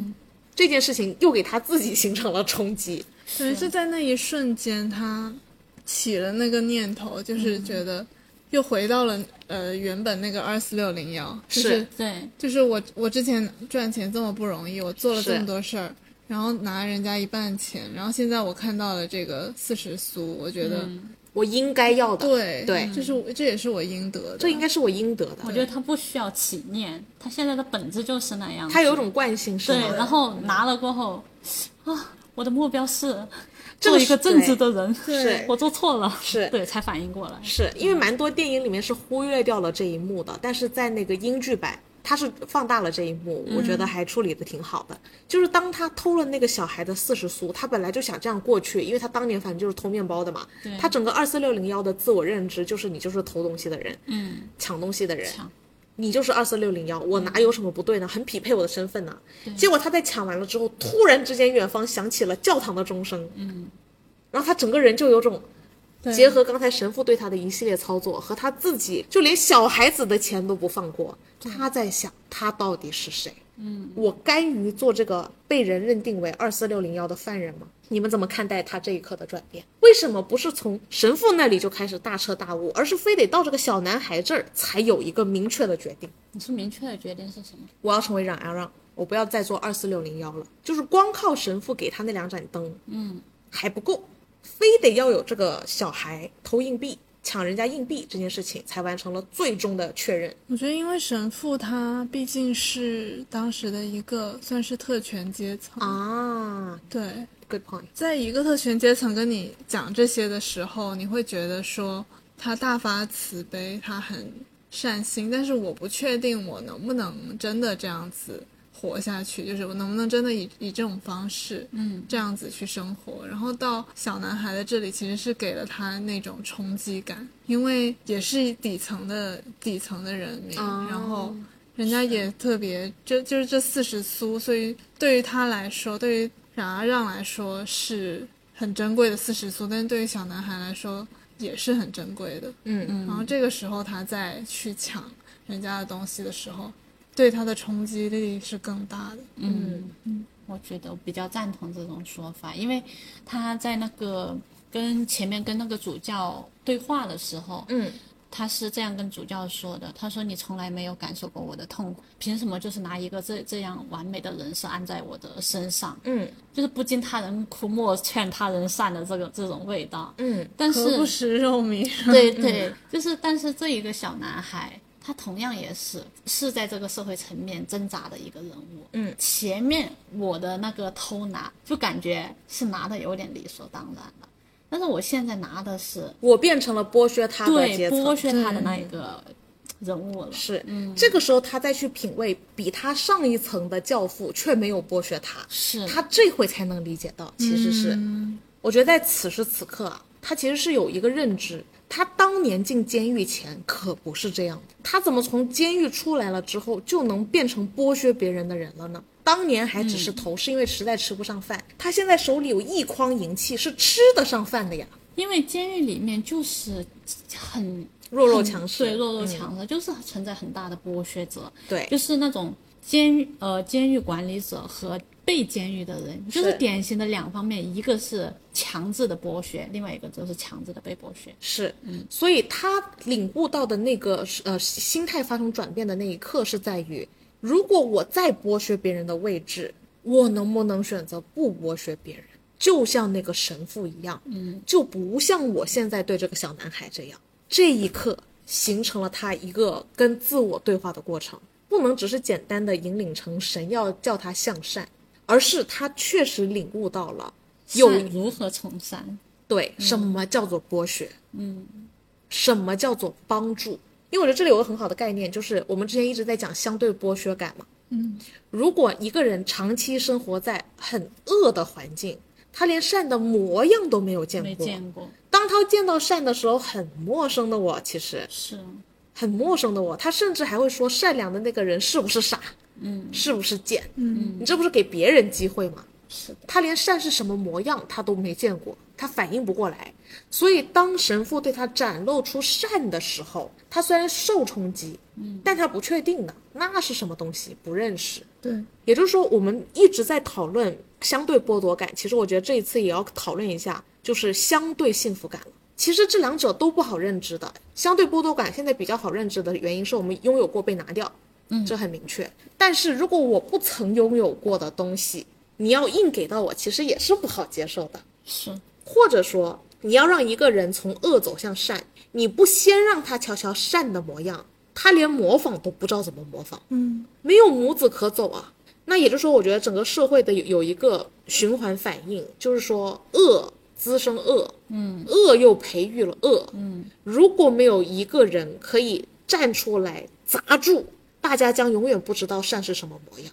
S2: 这件事情又给他自己形成了冲击。
S4: 对，是在那一瞬间，他起了那个念头，就是
S2: 嗯
S4: 觉得又回到了呃原本那个二四六零幺，就是是
S3: 对，
S4: 就是我我之前赚钱这么不容易，我做了
S2: 是
S4: 这么多事儿，然后拿人家一半钱，然后现在我看到了这个四十苏，我觉得、
S2: 我应该要的，
S4: 对
S2: 嗯对
S4: 这是我这也是我应得的，
S2: 这应该是我应得
S3: 我
S2: 的。
S3: 觉得他不需要起念，他现在的本质就是那样子。
S2: 他有一种惯性是
S3: 对，
S2: 吗？
S3: 然后拿了过后，啊，我的目标是
S2: 这个
S3: 做一个
S2: 是
S3: 正直的人，
S2: 对
S3: 我做错了，
S2: 是
S3: 对，才反应过来。
S2: 是因为蛮多电影里面是忽略掉了这一幕的，但是在那个英剧版，它是放大了这一幕，我
S3: 嗯
S2: 觉得还处理的挺好的。就是当他偷了那个小孩的四十苏，他本来就想这样过去，因为他当年反正就是偷面包的嘛
S3: 对。
S2: 他整个二四六零幺的自我认知就是你就是偷东西的人，
S3: 嗯，
S2: 抢东西的人
S3: 抢，
S2: 你就是二四六零幺，我哪有什么不对呢？很匹配我的身份呢、结果他在抢完了之后，突然之间远方响起了教堂的钟声，嗯，然后他整个人就有种。
S4: 对
S2: 结合刚才神父对他的一系列操作和他自己，就连小孩子的钱都不放过，他在想他到底是谁？嗯，我甘于做这个被人认定为二四六零幺的犯人吗？你们怎么看待他这一刻的转变？为什么不是从神父那里就开始大彻大悟，而是非得到这个小男孩这儿才有一个明确的决定？
S3: 你是明确的决定是什么？
S2: 我要成为冉阿让，我不要再做二四六零幺了。就是光靠神父给他那两盏灯，嗯，还不够，非得要有这个小孩偷硬币、抢人家硬币这件事情，才完成了最终的确认。
S4: 我觉得，因为神父他毕竟是当时的一个算是特权阶
S3: 嗯
S4: 层，
S2: 啊
S4: 对，
S2: ，good point，
S4: 在一个特权阶层跟你讲这些的时候，你会觉得说他大发慈悲，他很善心，但是我不确定我能不能真的这样子活下去，就是我能不能真的以以这种方式，嗯，这样子去生活。然后到小男孩的这里，其实是给了他那种冲击感，因为也是底层的底层的人民，
S2: 哦
S4: 然后。人家也特别，这就是这四十苏，所以对于他来说，对于冉阿让来说是很珍贵的四十苏，但是对于小男孩来说也是很珍贵的。
S2: 嗯嗯，
S4: 然后这个时候他再去抢人家的东西的时候，对他的冲击力是更大的。
S3: 嗯，我觉得我比较赞同这种说法，因为他在那个跟前面跟那个主教对话的时候，
S2: 嗯，
S3: 他是这样跟主教说的，他说你从来没有感受过我的痛苦，凭什么就是拿一个这这样完美的人设安在我的身上？
S2: 嗯，
S3: 就是不经他人苦，莫劝他人善的这个这种味道。
S2: 嗯，
S3: 但
S4: 何不
S3: 是
S4: 食肉糜？
S3: 对对，就是但是这一个小男孩，他同样也是是在这个社会层面挣扎的一个人物。
S2: 嗯，
S3: 前面我的那个偷拿，就感觉是拿的有点理所当然了，但是我现在拿的是
S2: 我变成了剥削他的
S3: 对
S2: 阶层，
S3: 剥削嗯他的那一个人物了。
S2: 是，这个时候他再去品味比他上一层的教父却没有剥削他，
S3: 是
S2: 他这回才
S3: 嗯
S2: 能理解到，其实是，我觉得在此时此刻啊，他其实是有一个认知，他当年进监狱前可不是这样的，他怎么从监狱出来了之后就能变成剥削别人的人了呢？当年还只
S3: 嗯
S2: 是头，是因为实在吃不上饭，他现在手里有一筐银器，是吃得上饭的呀。
S3: 因为监狱里面就是很
S2: 弱肉
S3: 很
S2: 强食
S3: 嗯
S2: 嗯
S3: 对弱肉强食、就是存在很大的剥削者，
S2: 对
S3: 就是那种监狱呃监狱管理者和被监狱的人，就是
S2: 是
S3: 典型的两方面，一个是强制的剥削，另外一个就是强制的被剥削。
S2: 是，所以他领悟到的那个是呃心态发生转变的那一刻是在于，如果我再剥削别人的位置，我能不能选择不剥削别人？就像那个神父一样，嗯，就不像我现在对这个小男孩这样。这一刻形成了他一个跟自我对话的过程，不能只是简单的引领成神要叫他向善，而是他确实领悟到了有
S3: 善如何从善？
S2: 对，
S3: 嗯
S2: 什么叫做剥削？嗯，什么叫做帮助？因为我觉得这里有个很好的概念，就是我们之前一直在讲相对剥削感嘛。嗯，如果一个人长期生活在很恶的环境，他连善的模样都没有见
S3: 没
S2: 过。
S3: 见过，
S2: 当他见到善的时候，很陌生的我，其实
S3: 是
S2: 很陌生的我，他甚至还会说善良的那个人是不是傻？嗯，是不是贱？嗯，你这不是给别人机会吗？
S3: 是的，
S2: 他连善是什么模样他都没见过，他反应不过来。所以当神父对他展露出善的时候，他虽然受冲击，嗯，但他不确定的那是什么东西，不认识。
S4: 对，
S2: 也就是说，我们一直在讨论相对剥夺感，其实我觉得这一次也要讨论一下，就是相对幸福感了。其实这两者都不好认知的。相对剥夺感现在比较好认知的原因是我们拥有过被拿掉，嗯，这很明确。但是如果我不曾拥有过的东西，你要硬给到我，其实也是不好接受的。
S3: 是
S2: 或者说，你要让一个人从恶走向善，你不先让他瞧瞧善的模样，他连模仿都不知道怎么模仿。
S4: 嗯，
S2: 没有母子可走啊。那也就是说，我觉得整个社会的有有一个循环反应，就是说恶滋生恶，嗯，恶又培育了恶，嗯，如果没有一个人可以站出来砸住，大家将永远不知道善是什么模样。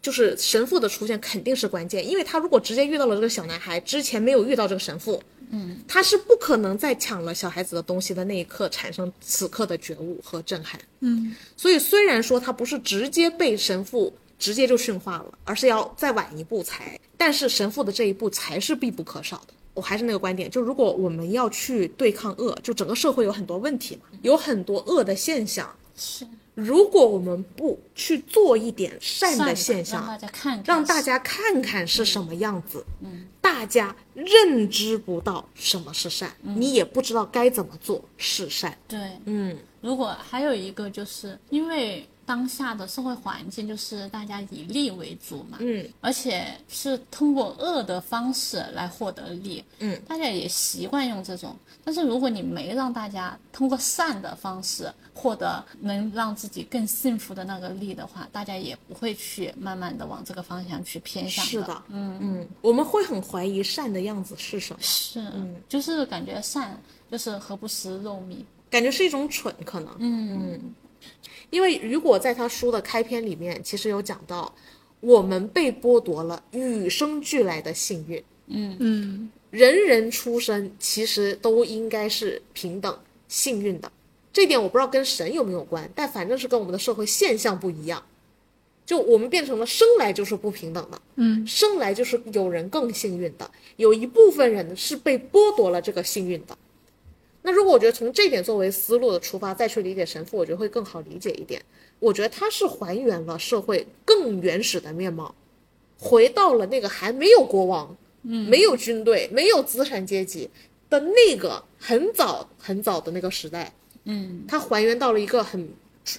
S2: 就是神父的出现肯定是关键，因为他如果直接遇到了这个小男孩，之前没有遇到这个神父，嗯，他是不可能在抢了小孩子的东西的那一刻产生此刻的觉悟和震撼，
S4: 嗯，
S2: 所以虽然说他不是直接被神父直接就驯化了，而是要再晚一步才，但是神父的这一步才是必不可少的。我还是那个观点，就如果我们要去对抗恶，就整个社会有很多问题嘛，有很多恶的现象，
S3: 是
S2: 如果我们不去做一点善
S3: 善
S2: 的
S3: 的嗯
S2: 现
S3: 让
S2: 象
S3: 大，家看看，
S2: 让大家看看是什么样子。嗯，大家认知不到什么是善，你也不知道该怎么做是善。
S3: 对
S2: 嗯，
S3: 如果还有一个，就是因为当下的社会环境就是大家以利为主嘛，
S2: 嗯，
S3: 而且是通过恶的方式来获得利，
S2: 嗯，
S3: 大家也习惯用这种。但是如果你没让大家通过善的方式获得能让自己更幸福的那个利的话，大家也不会去慢慢的往这个方向去偏向
S2: 是
S3: 的
S2: 的，，嗯嗯，我们会很怀疑善的样子是什么，
S3: 是，
S2: 嗯
S3: 就是感觉善就是何不食肉糜，
S2: 感觉是一种蠢，可能。嗯因为雨果在他书的开篇里面，其实有讲到，我们被剥夺了与生俱来的幸运。
S4: 嗯，
S2: 人人出身其实都应该是平等幸运的，这点我不知道跟神有没有关，但反正是跟我们的社会现象不一样。就我们变成了生来就是不平等的，
S4: 嗯，
S2: 生来就是有人更幸运的，有一部分人是被剥夺了这个幸运的。那如果我觉得从这点作为思路的出发再去理解神父，我觉得会更好理解一点。我觉得他是还原了社会更原始的面貌，回到了那个还没有国王、没有军队、没有资产阶级的那个很早很早的那个时代，
S3: 嗯，
S2: 它还原到了一个很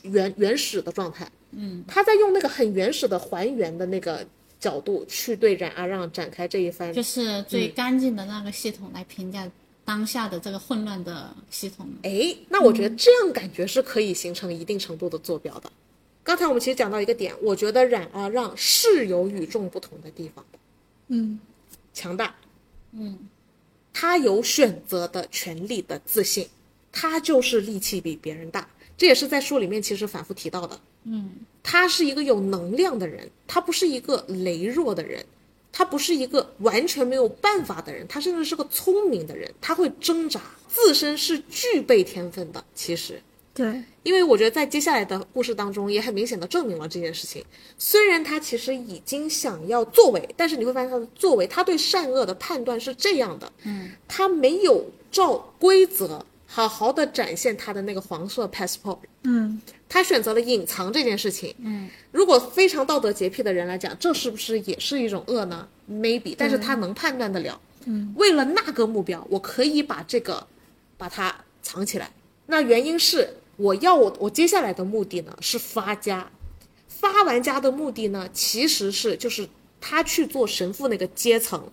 S2: 原原始的状态，嗯，他在用那个很原始的还原的那个角度去对冉阿让展开这一番
S3: 就是最干净的那个系统来评价当下的这个混乱的系统。
S2: 哎，那我觉
S3: 嗯
S2: 得这样感觉是可以形成一定程度的坐标的。刚才我们其实讲到一个点，我觉得冉阿让是有与众不同的地方的，
S4: 嗯，
S2: 强大，
S3: 嗯，
S2: 他有选择的权利的自信，他就是力气比别人大，这也是在书里面其实反复提到的。
S3: 嗯，
S2: 他是一个有能量的人，他不是一个羸弱的人，他不是一个完全没有办法的人，他甚至是个聪明的人，他会挣扎，自身是具备天分的。其实，
S4: 对，
S2: 因为我觉得在接下来的故事当中，也很明显的证明了这件事情。虽然他其实已经想要作为，但是你会发现他的作为，他对善恶的判断是这样的，嗯，他没有照规则好好的展现他的那个黄色 passport，
S4: 嗯，
S2: 他选择了隐藏这件事情。嗯，如果非常道德洁癖的人来讲，这是不是也是一种恶呢？Maybe，但是他能判断得了。嗯，为了那个目标，我可以把这个把它藏起来。那原因是我要我我接下来的目的呢是发家，发完家的目的呢其实是就是他去做神父那个阶层，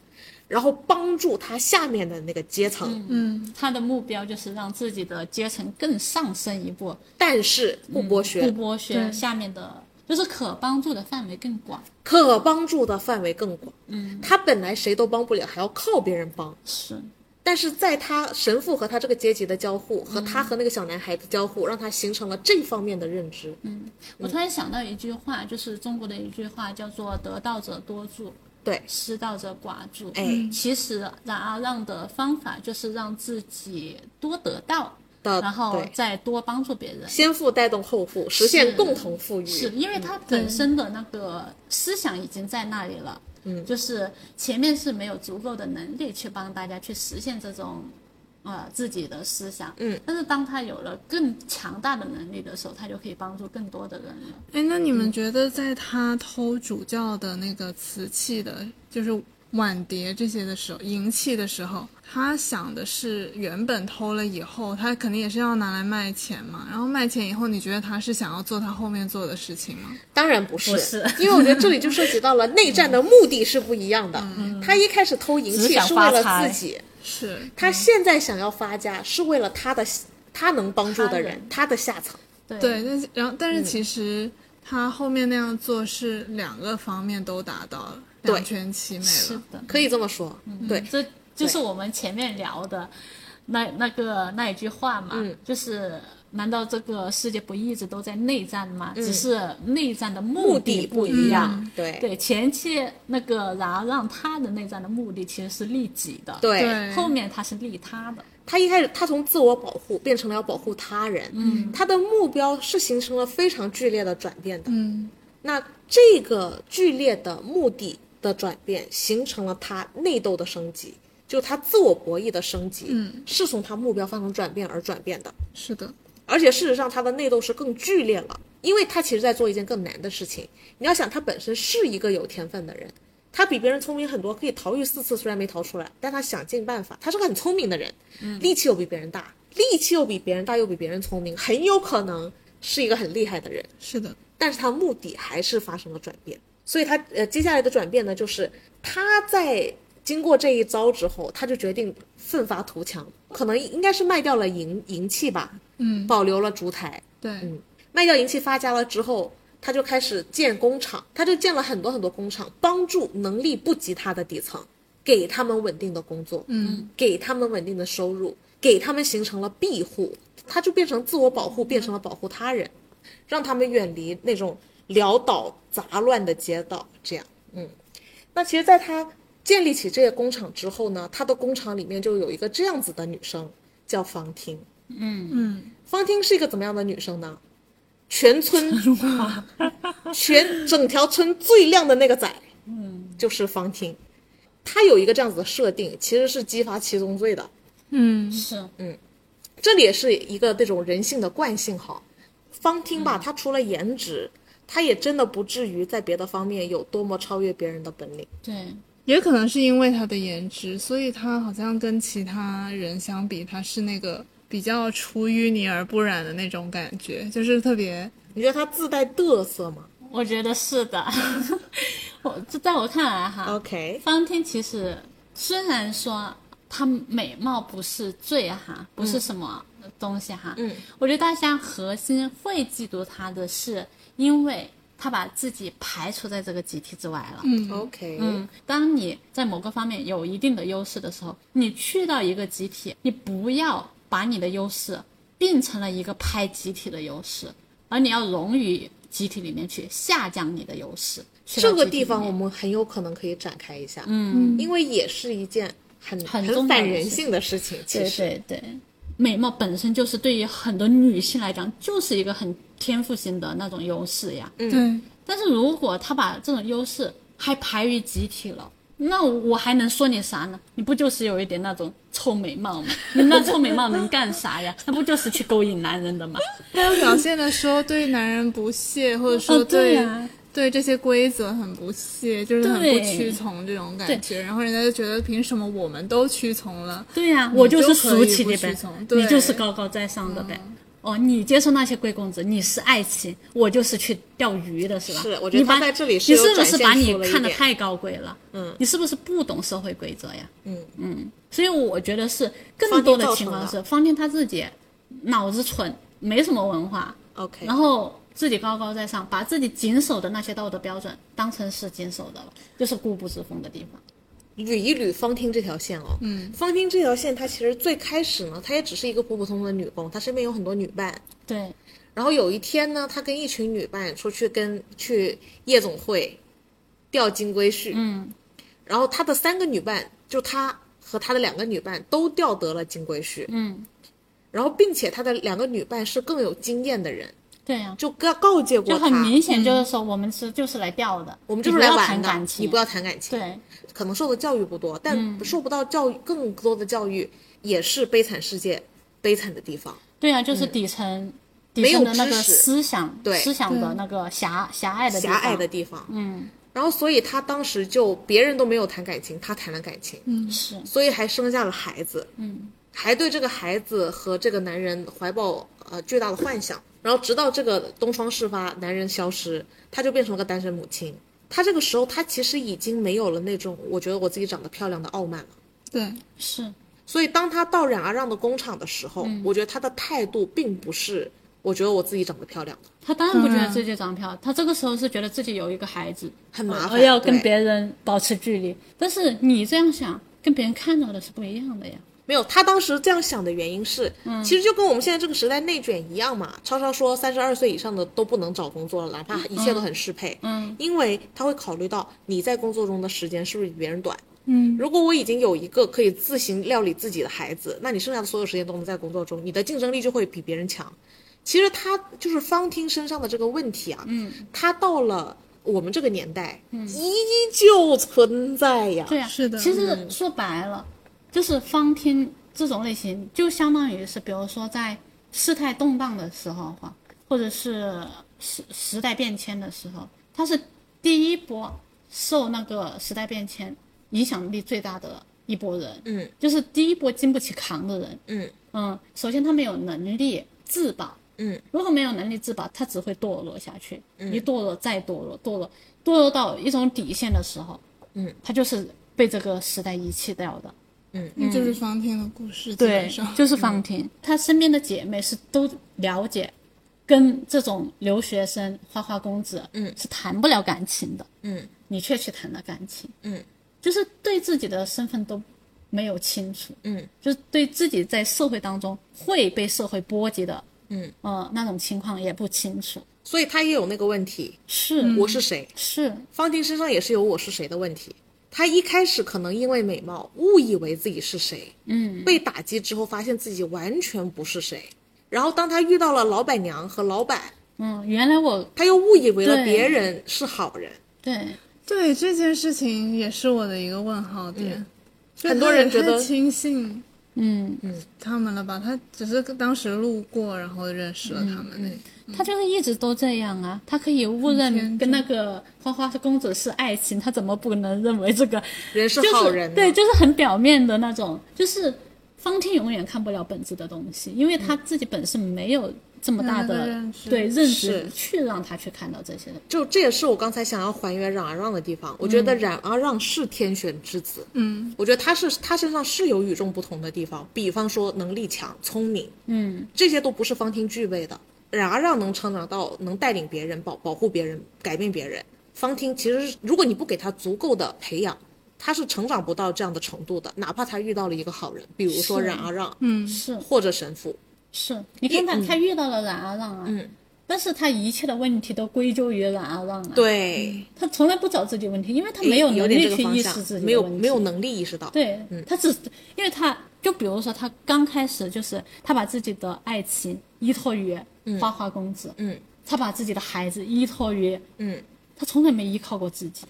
S2: 然后帮助他下面的那个阶层。
S4: 嗯
S3: 他的目标就是让自己的阶层更上升一步，
S2: 但是不剥削，
S3: 不剥削
S4: 对
S3: 下面的，就是可帮助的范围更广。
S2: 可帮助的范围更广。嗯，他本来谁都帮不了，还要靠别人帮。
S3: 是，
S2: 但是在他神父和他这个阶级的交互，和他和那个小男孩的交
S3: 嗯
S2: 互，让他形成了这方面的认知。
S3: 我突然想到一句话，就是中国的一句话叫做“得道者多助，
S2: 对，
S3: 失道者寡助”。
S2: 哎
S3: 其实冉阿让的方法就是让自己多得到，
S2: 的
S3: 然后
S2: 哦对，
S3: 再多帮助别人。
S2: 先富带动后富，实现共同富裕。
S3: 是因为他本身的那个思想已经在那里了，嗯，就是前面是没有足够的能力去帮大家去实现这种，呃，自己的思想，
S2: 嗯，
S3: 但是当他有了更强大的能力的时候，他就可以帮助更多的人了。
S4: 哎，那你们觉得在他偷主教的那个瓷器的，就是碗碟这些的时候，银器的时候，他想的是原本偷了以后，他肯定也是要拿来卖钱嘛。然后卖钱以后，你觉得他是想要做他后面做的事情吗？
S2: 当然不是，
S3: 不是
S2: 因为我觉得这里就涉及到了内战的目的是不一样的。他一开始偷银
S3: 嗯只
S2: 器
S3: 想
S2: 是为了
S3: 发财嗯
S2: 自己，
S4: 是，
S2: 他现在想要发家是为了他的他能帮助
S3: 他
S2: 的
S3: 人
S2: 人，他的下层。
S3: 对
S4: 对，但是然后但是其实他后面那样做是两个方面都达到了，
S2: 对
S4: 两全其美
S3: 是
S4: 了。
S3: 的，
S2: 可以这么说，对，
S3: 这就是我们前面聊的那那个那一句话嘛，
S2: 嗯
S3: 就是难道这个世界不一直都在内战吗？只是内战的目
S2: 目的
S3: 不
S2: 不
S3: 一
S2: 一
S3: 样。
S2: 样，对
S3: 对，前期那个然后让他的内战的目的其实是利己的，，
S4: 对
S3: 后面他是利他的，
S2: 他一开始他从自我保护变成了要保护他人，嗯，他的目标是形成了非常剧烈的转变的。
S4: 嗯，
S2: 那这个剧烈的目的的转变，形成了他内斗的升级，就他自我博弈的升级，
S4: 嗯，
S2: 是从他目标发生转变而转变的。
S4: 是的，
S2: 而且事实上，他的内斗是更剧烈了，因为他其实在做一件更难的事情。你要想，他本身是一个有天分的人，他比别人聪明很多，可以逃狱四次，虽然没逃出来，但他想尽办法。他是个很聪明的人，力气又比别人大，力气又比别人大，又比别人聪明，很有可能是一个很厉害的人。
S4: 是的，
S2: 但是他目的还是发生了转变，所以他呃接下来的转变呢，就是他在经过这一招之后，他就决定奋发图强，可能应该是卖掉了银银器吧，
S4: 嗯，
S2: 保留了烛台，
S4: 对，
S2: 卖掉银器发家了之后，他就开始建工厂，他就建了很多很多工厂，帮助能力不及他的底层，给他们稳定的工作，
S4: 嗯，
S2: 给他们稳定的收入，给他们形成了庇护，他就变成自我保护，变成了保护他人，让他们远离那种潦倒杂乱的街道。这样，嗯，那其实，在他建立起这个工厂之后呢，他的工厂里面就有一个这样子的女生，叫方婷。
S4: 嗯，
S2: 方汀是一个怎么样的女生呢？全村全整条村最靓的那个仔，嗯，就是方汀。她有一个这样子的设定，其实是激发七宗罪的。
S4: 嗯，
S3: 是
S2: 这里也是一个这种人性的惯性哈。方汀吧，她除了颜值，她也真的不至于在别的方面有多么超越别人的本领。
S3: 对，
S4: 也可能是因为他的颜值，所以他好像跟其他人相比，他是那个比较出淤泥而不染的那种感觉，就是特别
S2: 你觉得她自带嘚瑟吗
S3: 我觉得是的， 我这在我看来哈
S2: ？OK，
S3: 方天其实虽然说她美貌不是罪
S4: 嗯
S3: 哈，不是什么东西哈，
S2: 嗯，
S3: 我觉得大家核心会嫉妒她的是，因为她把自己排除在这个集体之外了。
S4: 嗯
S2: OK，
S3: 嗯，当你在某个方面有一定的优势的时候，你去到一个集体，你不要把你的优势变成了一个拍集体的优势，而你要融于集体里面去下降你的优势。去到
S2: 这个
S3: 集体
S2: 地方
S3: 里
S2: 我
S3: 面
S2: 们很有可能可以展开一下，
S3: 嗯，
S2: 因为也是一件很
S3: 很
S2: 很
S3: 重要的
S2: 反人
S3: 事
S2: 性的事情。其
S3: 对
S2: 实，
S3: 对对，美貌本身就是对于很多女性来讲，就是一个很天赋性的那种优势呀。
S4: 对，
S3: 但是如果他把这种优势还排于集体了，那我还能说你啥呢？你不就是有一点那种臭美貌吗？你那臭美貌能干啥呀？那不就是去勾引男人的吗？
S4: 他又表现的说对男人不屑，或者说
S3: 哦对
S4: 对、
S3: 呀
S4: 对这些规则很不屑，就是很不
S3: 对
S4: 屈从这种感觉。然后人家就觉得凭什么我们都屈从了？
S3: 对呀、
S4: 你
S3: 我是
S4: 就可
S3: 俗
S4: 以
S3: 气
S4: 不
S3: 的
S4: 屈
S3: 呗
S4: 从，对
S3: 你就是高高在上
S2: 嗯
S3: 的呗。哦，你接受那些贵公子，你是爱情，我就是去钓鱼的，是吧？
S2: 是我觉
S3: 你
S2: 得
S3: 把
S2: 他在这里是
S3: 你
S2: 有
S3: 是不
S2: 展
S3: 是
S2: 现
S3: 把
S2: 出
S3: 你
S2: 了一
S3: 看得
S2: 点
S3: 太高贵了？
S2: 嗯，
S3: 你是不是不懂社会规则呀？
S2: 嗯
S3: 嗯，所以我觉得是
S2: 方
S3: 更
S2: 天
S3: 多的
S2: 造
S3: 情
S2: 成
S3: 况
S2: 的
S3: 是方天他自己脑子蠢，没什么文化，
S2: 哦 OK，
S3: 然后自己高高在上，把自己谨守的那些道德标准当成是谨守的了，就是固步自封的地方。
S2: 捋一捋方汀这条线哦。
S4: 嗯，
S2: 方汀这条线，她其实最开始呢，她也只是一个普普通通的女工，她身边有很多女伴。
S3: 对，
S2: 然后有一天呢，她跟一群女伴出去跟去夜总会钓金龟婿。
S3: 嗯，
S2: 然后她的三个女伴，就她和她的两个女伴都钓得了金龟婿。
S3: 嗯，
S2: 然后并且她的两个女伴是更有经验的人，
S3: 对呀、
S2: 就告告诫过
S3: 就
S2: 她，
S3: 很明显，就是说我们是就是来钓的，
S2: 嗯我们
S3: 你
S2: 就是
S3: 不
S2: 来
S3: 要
S2: 玩
S3: 谈
S2: 的，
S3: 感情，
S2: 你不要谈感情。
S3: 对嗯
S2: 可能受的教育不多，但受不到教育更多的教育，也是悲惨世界悲惨的地方。
S3: 对呀、就是底层、
S2: 嗯
S3: 底
S2: 没有
S3: 层的那
S2: 知
S3: 个
S2: 识
S3: 思想
S2: 对
S3: 思想的那个狭狭隘的地
S2: 狭
S3: 方
S2: 隘的地方。
S3: 嗯
S2: 然后，所以他当时就别人都没有谈感情，他谈了感情，
S3: 嗯是
S2: 所以还生下了孩子，
S3: 嗯
S2: 还对这个孩子和这个男人怀抱呃巨大的幻想。然后，直到这个东窗事发，男人消失，她就变成了个单身母亲。她这个时候，她其实已经没有了那种我觉得我自己长得漂亮的傲慢了。
S4: 对，
S3: 是
S2: 所以当他到冉阿让的工厂的时候，
S3: 嗯
S2: 我觉得他的态度并不是我觉得我自己长得漂亮的，
S3: 他当然不觉
S4: 当
S3: 得
S4: 然
S3: 自己长得漂亮，他这个时候是觉得自己有一个孩子，
S2: 很麻
S3: 而
S2: 烦。
S3: 哦要跟
S2: 对
S3: 别人保持距离。但是你这样想，跟别人看到的是不一样的呀。
S2: 没有，他当时这样想的原因是，
S3: 嗯
S2: 其实就跟我们现在这个时代内卷一样嘛。超超说，三十二岁以上的都不能找工作了，哪怕一切都很适配，
S3: 嗯，
S2: 因为他会考虑到你在工作中的时间是不是比别人短。
S4: 嗯，
S2: 如果我已经有一个可以自行料理自己的孩子，那你剩下的所有时间都能在工作中，你的竞争力就会比别人强。其实他就是方汀身上的这个问题啊，嗯，他到了我们这个年代，嗯，依旧存在呀。
S3: 对呀、
S4: 是的
S3: 其
S2: 嗯
S3: 实说白了，就是方天这种类型，就相当于是，比如说在事态动荡的时候哈，或者是时时代变迁的时候，它是第一波受那个时代变迁影响力最大的一波人。
S2: 嗯，
S3: 就是第一波经不起扛的人。
S2: 嗯
S3: 嗯，首先他们有能力自保。
S2: 嗯，
S3: 如果没有能力自保，他只会堕落下去，一堕落再堕落，堕落堕落到一种底线的时候，
S2: 嗯，
S3: 他就是被这个时代遗弃掉的。
S4: 那就是方天的故事，基
S3: 对
S4: 本上，
S3: 就是方婷，她嗯身边的姐妹是都了解，跟这种留学生花花公子，
S2: 嗯
S3: 是谈不了感情的，
S2: 嗯，
S3: 你却去谈了感情，
S2: 嗯，
S3: 就是对自己的身份都没有清楚，
S2: 嗯，
S3: 就是对自己在社会当中会被社会波及的，
S2: 嗯，
S3: 呃，那种情况也不清楚，
S2: 所以他也有那个问题，
S3: 是、
S2: 我是谁？
S3: 是，
S2: 方婷身上也是有我是谁的问题。她一开始可能因为美貌误以为自己是谁，
S3: 嗯，
S2: 被打击之后发现自己完全不是谁。然后当她遇到了老板娘和老板，
S3: 嗯，原来我
S2: 她又误以为了
S3: 对
S2: 别人是好人。
S3: 对
S4: 对这件事情也是我的一个问号点。
S2: 嗯
S4: 就
S2: 很多人觉得
S4: 他也太轻信
S3: 嗯，
S4: 他们了吧？他只是当时路过，然后认识了他
S2: 嗯
S4: 们那
S3: 他就是一直都这样啊，他可以误认跟那个花花公子是爱情，他怎么不能认为这个
S2: 人是
S3: 就是
S2: 好人呢啊
S3: 对，就是很表面的那种，就是方汀永远看不了本质的东西，因为他自己本身没有这么大
S4: 没有那
S3: 的
S4: 个认知
S3: 对认
S2: 嗯是
S3: 识去让他去看到这些的。
S2: 就这也是我刚才想要还原冉阿让的地方。我觉
S3: 嗯
S2: 得冉阿让是天选之子，
S4: 嗯，
S2: 我觉得他是他身上是有与众不同的地方，比方说能力强、聪明，
S3: 嗯，
S2: 这些都不是方汀具备的。冉阿让能成长到能带领别人、保保护别人、改变别人，方汀其实是如果你不给他足够的培养，他是成长不到这样的程度的。哪怕他遇到了一个好人，比如说
S3: 是
S2: 冉阿让，
S4: 嗯
S3: 是
S2: 或者神父，
S3: 是，你看他、他遇到了冉阿让啊，
S2: 嗯
S3: 但是他一切的问题都归咎于冉阿旺啊，，
S2: 对，
S3: 他从来不找自己问题，因为他
S2: 诶
S3: 没
S2: 有点
S3: 能
S2: 这
S3: 力
S2: 个
S3: 去
S2: 方
S3: 意
S2: 向
S3: 识自己
S2: 没
S3: 的
S2: 有
S3: 问题，
S2: 没有能力意识到，
S3: 对，他只因为他就比如说他刚开始就是他把自己的爱情依托于花花公子，
S2: 嗯
S3: 他把自己的孩子依托于，
S2: 嗯，
S3: 他从来没依靠过自己，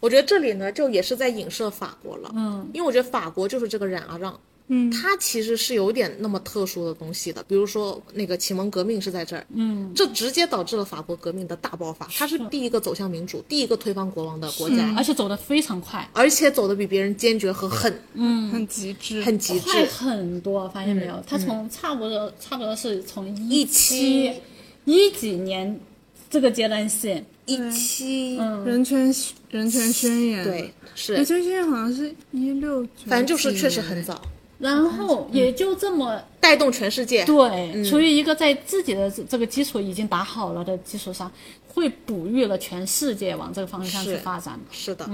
S2: 我觉得这里呢，就也是在影射法国了，
S3: 嗯
S2: 因为我觉得法国就是这个冉阿让，
S3: 嗯
S2: 它其实是有点那么特殊的东西的，比如说那个启蒙革命是在这儿，
S3: 嗯，
S2: 这直接导致了法国革命的大爆发，它是第一个走向民主、第一个推翻国王的国家，
S3: 而且走得非常快，
S2: 而且走的比别人坚决和狠，
S4: 很极致，
S2: 嗯很极
S3: 嗯快
S2: 致。
S3: 很多，发现没有？他从差不多差不多是从
S2: 嗯一
S3: 七
S2: 七
S3: 一几年这个阶段性，
S2: 一七，
S4: 嗯
S3: 嗯
S4: 人权人权宣言，
S2: 嗯对，
S4: 人
S2: 是，
S4: 权宣言好像是一六，
S2: 反正就是确实很早，
S3: 然
S2: 嗯
S3: 后也就这么
S2: 带动全世界。
S3: 对，处于一个在自己的这个基础已经打好了的基础上，会哺育了全世界往这个方向去
S2: 是
S3: 发展，嗯
S2: 是的，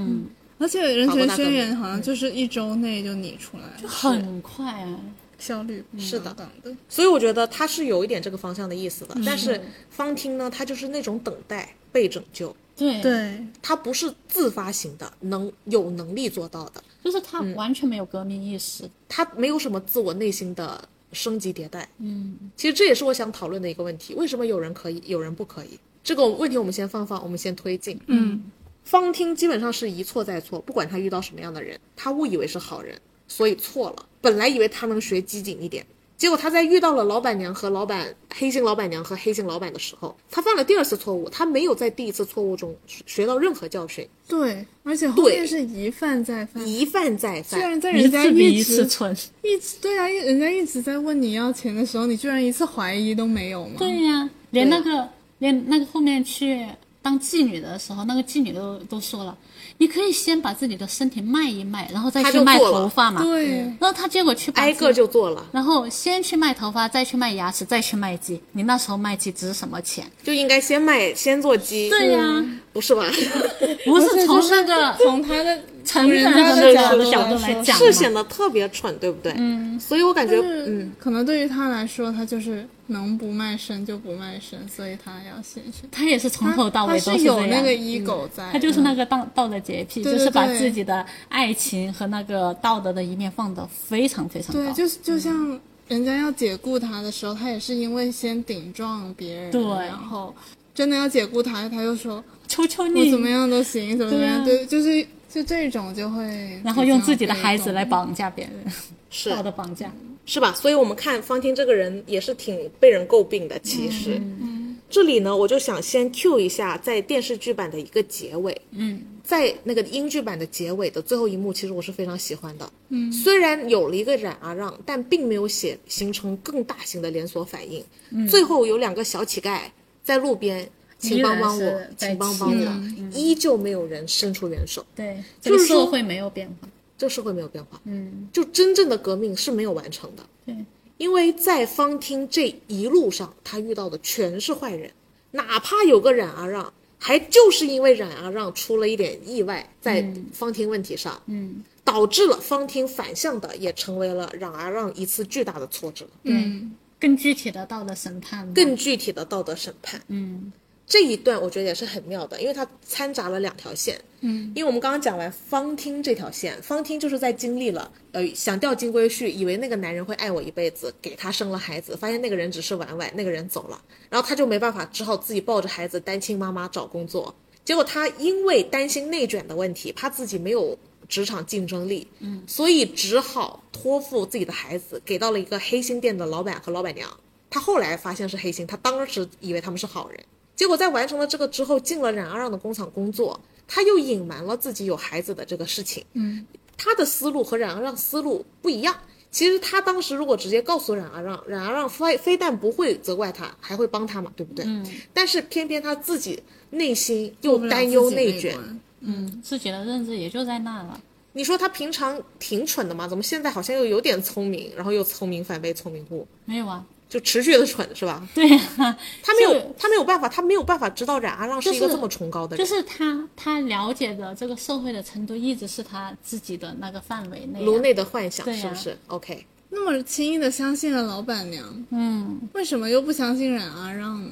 S4: 而且人
S2: 法国
S4: 权
S2: 大革
S4: 宣
S2: 命
S4: 言好像就是一周内就拟出来了，
S3: 很快啊。
S4: 效率
S2: 是的嗯
S4: 等的，
S2: 所以我觉得他是有一点这个方向的意思
S3: 嗯
S2: 的。但是方汀呢，他就是那种等待被拯救，
S3: 对，
S4: 对，
S2: 他不是自发型的，能有能力做到的，
S3: 就是他完全没有革命意识。
S2: 他没有什么自我内心的升级迭代。嗯，其实这也是我想讨论的一个问题：为什么有人可以，有人不可以？这个问题我们先放放，我们先推进。
S4: 嗯，
S2: 方汀基本上是一错再错，不管他遇到什么样的人，他误以为是好人，所以错了。本来以为他能学机警一点，结果他在遇到了老板娘和老板黑心老板娘和黑心老板的时候，他犯了第二次错误，他没有在第一次错误中学学到任何教训，
S4: 对，而且后
S2: 对
S4: 面是一犯再犯，
S2: 一犯再
S4: 居
S2: 犯。
S4: 然在
S3: 一
S4: 人家
S3: 次比一
S4: 直
S3: 次蠢，
S4: 一直对啊，一人家一直在问你要钱的时候，你居然一次怀疑都没有吗？
S3: 对呀、连
S2: 对
S3: 那个连那个后面去当妓女的时候，那个妓女都都说了，你可以先把自己的身体卖一卖，然后再
S2: 她
S3: 去
S2: 就
S3: 卖
S2: 做了
S3: 头发嘛。
S4: 对，
S3: 然后他结果去把
S2: 挨
S3: 自
S2: 个
S3: 己
S2: 就做了，
S3: 然后先去卖头发，再去卖牙齿，再去卖鸡。你那时候卖鸡值什么钱？
S2: 就应该先卖，先做鸡，嗯
S3: 对呀、
S2: 不是 吧？
S3: 不
S4: 而且
S3: 是从
S4: 就是
S3: 那个
S4: 从他的
S3: 成人
S4: 人家
S3: 和
S4: 的
S3: 那
S4: 角
S3: 个
S4: 度
S3: 的角度来
S4: 来
S3: 讲
S4: 讲
S3: 嘛
S2: 是显得特别蠢，对不对？嗯，所以我感觉，
S4: 就是
S2: 嗯，
S4: 可能对于他来说，他就是能不卖身就不卖身，所以他要献身。
S3: 他也是从头到尾
S4: 他
S3: 都
S4: 是有
S3: 这
S4: 那
S3: 样嗯
S4: 个。ego 在，
S3: 他就是那个道道德洁癖，
S4: 对
S3: 就是把
S4: 对对
S3: 自己的爱情和那个道德的一面放得非常非常
S4: 对，
S3: 高。
S4: 就是就像人家要解雇他的时候，他也是因为先顶撞别人，
S3: 对
S4: 然后真的要解雇他，他又说
S3: 求求
S4: 我
S3: 你，
S4: 怎么样都行，怎么怎么样，
S3: 对啊
S4: 对，就是就这种就会，
S3: 然后用自己的孩子来，绑架别人，
S2: 是
S3: 道德绑架。
S4: 嗯
S2: 是吧？所以我们看方汀这个人也是挺被人诟病的。其实，
S3: 嗯
S2: 这里呢，我就想先 Q 一下在电视剧版的一个结尾，嗯，在那个英剧版的结尾的最后一幕，其实我是非常喜欢的。嗯，虽然有了一个冉阿让，但并没有写形成更大型的连锁反应。最后有两个小乞丐在路边，请帮帮
S3: 嗯依
S2: 我
S3: 然是，在
S2: 请帮帮
S3: 乞
S2: 我
S3: 讨，
S2: 依旧没有人伸出援手。
S3: 对，这
S2: 就
S3: 个
S2: 是说
S3: 社会没有变化。
S2: 这社会没有变化，嗯，就真正的革命是没有完成的，
S3: 对，
S2: 因为在方汀这一路上，他遇到的全是坏人，哪怕有个冉阿让，还就是因为冉阿让出了一点意外，在方汀问题上，嗯，导致了方汀反向的也成为了冉阿让一次巨大的挫折，
S4: 嗯，
S3: 更具体的道德审判嘛，
S2: 更具体的道德审判，嗯，这一段我觉得也是很妙的，因为它掺杂了两条线，嗯，因为我们刚刚讲完方汀这条线，方汀就是在经历了呃想钓金龟婿，以为那个男人会爱我一辈子，给他生了孩子，发现那个人只是玩玩，那个人走了，然后他就没办法，只好自己抱着孩子单亲妈妈找工作，结果他因为担心内卷的问题，怕自己没有。职场竞争力，嗯，所以只好托付自己的孩子给到了一个黑心店的老板和老板娘，他后来发现是黑心，他当时以为他们是好人，结果在完成了这个之后，进了冉阿让的工厂工作，他又隐瞒了自己有孩子的这个事情。嗯，他的思路和冉阿让思路不一样。其实他当时如果直接告诉冉阿让，冉阿让非非但不会责怪他，还会帮他嘛，对不对？嗯。但是偏偏他自己内心又担忧内卷，
S3: 自己的认知也就在那了。
S2: 你说他平常挺蠢的嘛，怎么现在好像又有点聪明，然后又聪明反被聪明误，
S3: 没有啊，
S2: 就持续的蠢是吧？
S3: 对啊，
S2: 他没
S3: 就是
S2: 有，他没有办法，他没有办法知道冉阿让是一个
S3: 就是
S2: 这么崇高的
S3: 就
S2: 人。
S3: 是他他了解的这个社会的程度，一直是他自己的那个范围内啊、
S2: 颅内的幻想
S3: 对呀
S2: 是不是？OK，
S4: 那么轻易的相信了老板娘，
S3: 嗯，
S4: 为什么又不相信冉阿让呢？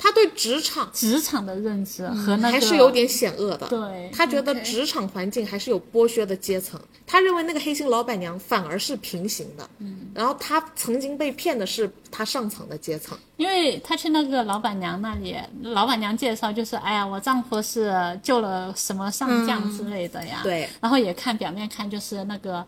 S2: 他对职场
S3: 职场的认知和
S2: 嗯
S3: 那个
S2: 还是有点险恶的。
S3: 对，
S2: 他觉得
S4: OK
S2: 职场环境还是有剥削的阶层，他认为那个黑心老板娘反而是平行的。嗯，然后他曾经被骗的是他上层的阶层。
S3: 因为他去那个老板娘那里，老板娘介绍就是，哎呀，我丈夫是救了什么上将之类的呀。
S2: 嗯对，
S3: 然后也看表面看，就是那个，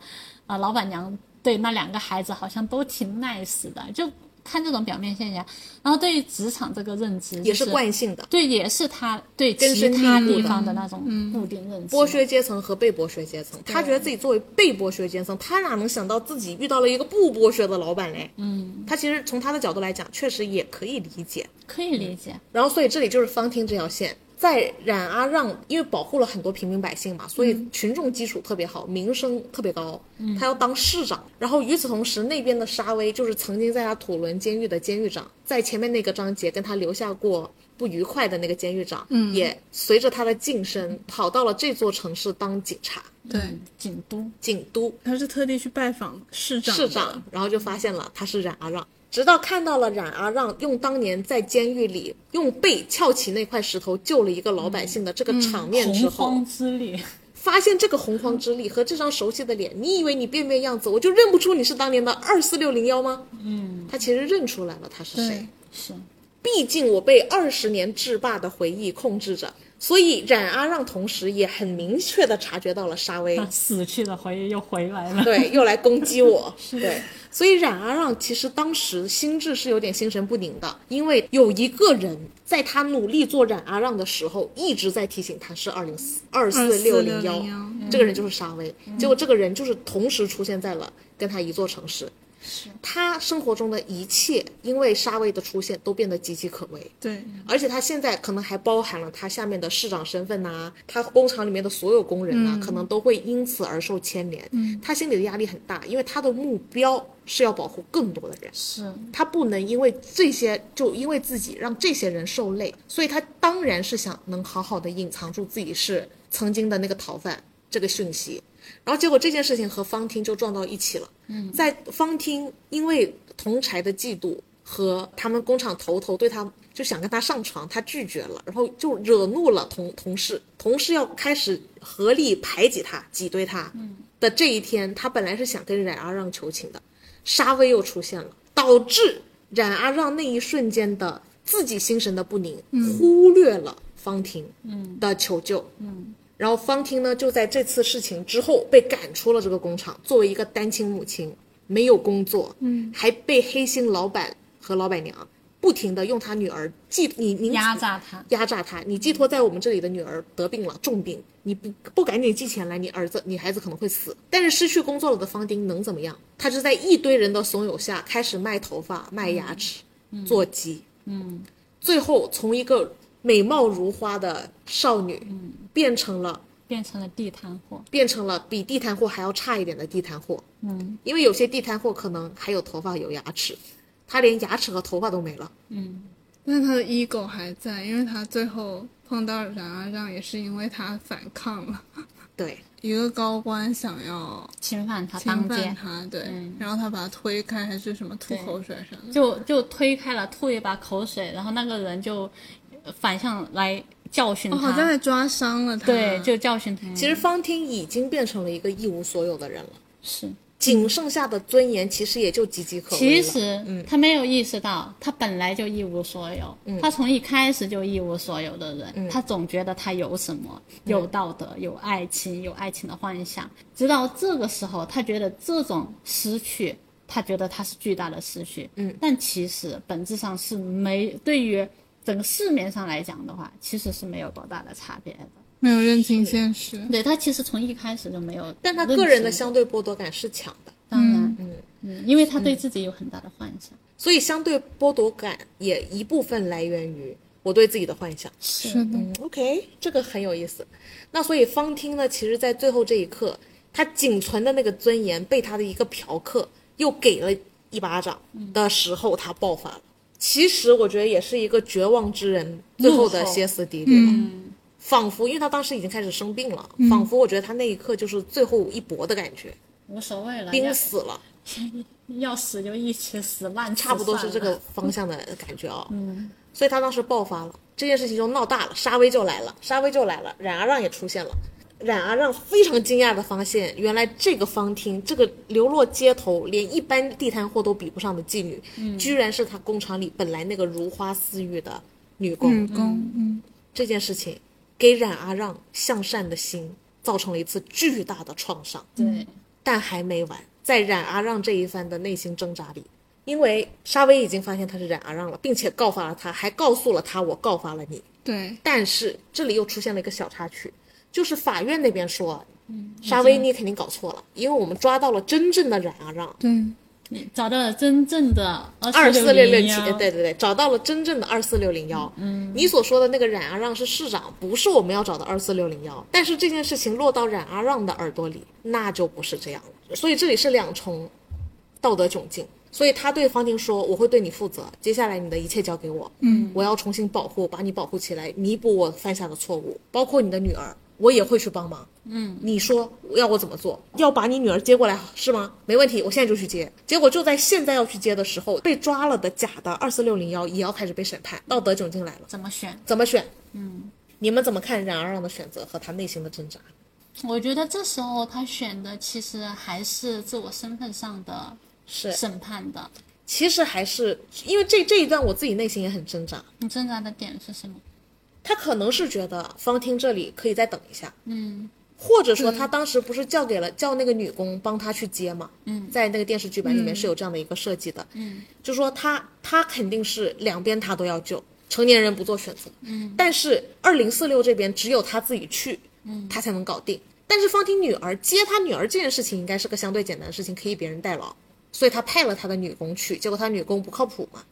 S3: 呃，老板娘对那两个孩子好像都挺 nice 的，就看这种表面现象。然后对于职场这个认知、
S2: 也
S3: 是
S2: 是惯性的，
S3: 对，也是他对
S2: 根
S3: 其
S2: 深蒂
S3: 他
S2: 固
S3: 地
S2: 的嗯
S3: 方的那种固定认知。
S2: 剥削阶层和被剥削阶层，他觉得自己作为被剥削阶层，他哪能想到自己遇到了一个不剥削的老板嘞？嗯，他其实从他的角度来讲，确实也可以理解。
S3: 可以理解，
S2: 然后，所以这里就是方汀这条线，在冉阿让因为保护了很多平民百姓嘛，所以群众基础特别好，名声特别高，他要当市长。然后与此同时，那边的沙威就是曾经在他土伦监狱的监狱长，在前面那个章节跟他留下过。不愉快的那个监狱长，嗯、也随着他的晋升跑到了这座城市当警察，
S4: 对，
S2: 嗯
S3: 景都
S2: 警督
S4: 他是特地去拜访市长的，
S2: 市长，然后就发现了他是冉阿让，直到看到了冉阿让用当年在监狱里用背翘起那块石头救了一个老百姓的这个场面之
S3: 洪
S2: 后，
S3: 荒之力。
S2: 发现这个洪荒之力和这张熟悉的脸，你以为你变变样子，我就认不出你是当年的二四六零幺吗？嗯，他其实认出来了他是谁
S4: 对。
S3: 是，
S2: 毕竟我被二十年制霸的回忆控制着，所以冉阿让同时也很明确的察觉到了沙 威
S3: 那死去的回忆又回来了。
S2: 对，又来攻击 我，对，所以冉阿让其实当时心智是有点心神不宁的，因为有一个人在他努力做冉阿让的时候，一直在提醒他是二零四二四六零幺嗯
S4: 24601，
S2: 这个人就是沙威，结果这个人就是同时出现在了跟他一座城市，他生活中的一切因为沙威的出现都变得岌岌可危，
S4: 对，
S2: 而且他现在可能还包含了他下面的市长身份呐、他工厂里面的所有工人呐、可能都会因此而受牵连。嗯，他心里的压力很大，因为他的目标是要保护更多的人，
S3: 是，
S2: 他不能因为这些就因为自己让这些人受累，所以他当然是想能好好的隐藏住自己是曾经的那个逃犯这个讯息。然后结果这件事情和方汀就撞到一起了。嗯，在方汀因为同柴的嫉妒和他们工厂头头对他就想跟他上床，他拒绝了，然后就惹怒了同同事，同事要开始合力排挤他、挤兑他。嗯，的这一天，他本来是想跟冉阿让求情的，沙威又出现了，导致冉阿让那一瞬间的自己心神的不宁，忽略了方婷的求救。然后方婷呢，就在这次事情之后被赶出了这个工厂。作为一个单亲母亲，没有工作，嗯，还被黑心老板和老板娘不停的用她女儿寄你您
S3: 压榨他。
S2: 压榨她，你寄托在我们这里的女儿得病了，重病，你不不赶紧寄钱来，你儿子你孩子可能会死。但是失去工作了的方丁能怎么样？他就在一堆人的怂恿下开始卖头发、卖牙齿、做鸡，嗯，最后从一个美貌如花的少女，
S3: 嗯
S2: 变成了。
S3: 变成了地摊货。
S2: 变成了比地摊货还要差一点的地摊货。嗯，因为有些地摊货可能还有头发有牙齿，他连牙齿和头发都没了。
S4: 但他的 ego 还在，因为他最后碰到冉阿让也是因为他反抗了，
S2: 对，
S4: 一个高官想要
S3: 侵犯他
S4: 侵
S3: 当街嗯
S4: 犯，他，对，然后他把他推开，还是什么吐
S3: 对
S4: 口水啥的，
S3: 就就推开了，吐一把口水，然后那个人就呃反向来教训他，
S4: 哦，好像还嗯抓伤了他，
S3: 对，就教训他。
S2: 其实方汀已经变成了一个一无所有的人了，
S3: 是，
S2: 仅剩下的尊严其实也就岌岌可危
S3: 其
S2: 了。
S3: 实他没有意识到，他本来就一无所有，
S2: 嗯
S3: 他从一开始就一无所有的人，他总觉得他有什么，有道德，有爱情，有爱情的幻想，直到这个时候，他觉得这种失去。他觉得他是巨大的失去，嗯，但其实本质上是没对于整个市面上来讲的话，其实是没有多大的差别的。
S4: 没有认清现实。
S3: 对他其实从一开始就没有，
S2: 但他个人的相对剥夺感是强的，
S3: 当然，嗯嗯，因为他对自己有很大的幻想，
S2: 所以相对剥夺感也一部分来源于我对自己的幻想。
S4: 是的，
S2: 嗯 OK，这个很有意思。那所以方汀呢，其实在最后这一刻，他仅存的那个尊严被他的一个嫖客又给了一巴掌的时候，他爆发了。其实我觉得也是一个绝望之人最后的歇斯底里了，仿佛因为他当时已经开始生病了，仿佛我觉得他那一刻就是最后一搏的感觉，
S3: 无所谓了，
S2: 濒死了。
S3: 要死就一起死，万次
S2: 差不多是
S3: 算
S2: 这
S3: 了
S2: 个方向的感觉啊、嗯，所以他当时爆发了，这件事情就闹大了，沙威就来了，沙威就来了，冉阿让也出现了。冉阿让非常惊讶的发现，原来这个方汀，这个流落街头、连一般地摊货都比不上的妓女，居然是他工厂里本来那个如花似玉的女工。
S4: 女工，嗯，
S2: 这件事情给冉阿让向善的心造成了一次巨大的创伤。
S3: 对，
S2: 但还没完，在冉阿让这一番的内心挣扎里，因为沙威已经发现他是冉阿让了，并且告发了他，还告诉了他我告发了你。
S4: 对，
S2: 但是这里又出现了一个小插曲，就是法院那边说，沙威你肯定搞错了，因为我们抓到了真正的冉阿让。
S4: 对，
S3: 你找到了真正的
S2: 二四
S3: 四
S2: 六
S3: 零
S2: 七，对对对，找到了真正的二四六零幺。嗯，你所说的那个冉阿让是市长，不是我们要找的二四六零幺。但是这件事情落到冉阿让的耳朵里，那就不是这样了。所以这里是两重道德窘境。所以他对方婷说：“我会对你负责，接下来你的一切交给我。嗯，我要重新保护，把你保护起来，弥补我犯下的错误，包括你的女儿，我也会去帮忙。嗯，你说要我怎么做？要把你女儿接过来是吗？没问题，我现在就去接。结果就在现在要去接的时候，被抓了的假的二四六零幺也要开始被审判，道德窘境来了，
S3: 怎么选？
S2: 怎么选？嗯，你们怎么看冉阿让的选择和他内心的挣扎？
S3: 我觉得这时候他选的其实还是自我身份上的
S2: 是，
S3: 审判的。
S2: 其实还是因为这这一段我自己内心也很挣扎。
S3: 你挣扎的点是什么？
S2: 他可能是觉得方汀这里可以再等一下，嗯，或者说他当时不是叫给了、叫那个女工帮他去接嘛，嗯，在那个电视剧版里面是有这样的一个设计的，嗯，就说他他肯定是两边他都要救，成年人不做选择，嗯，但是二零四六这边只有他自己去，嗯，他才能搞定。但是方汀女儿接他女儿这件事情应该是个相对简单的事情，可以别人代劳，所以他派了他的女工去，结果他女工不靠谱嘛，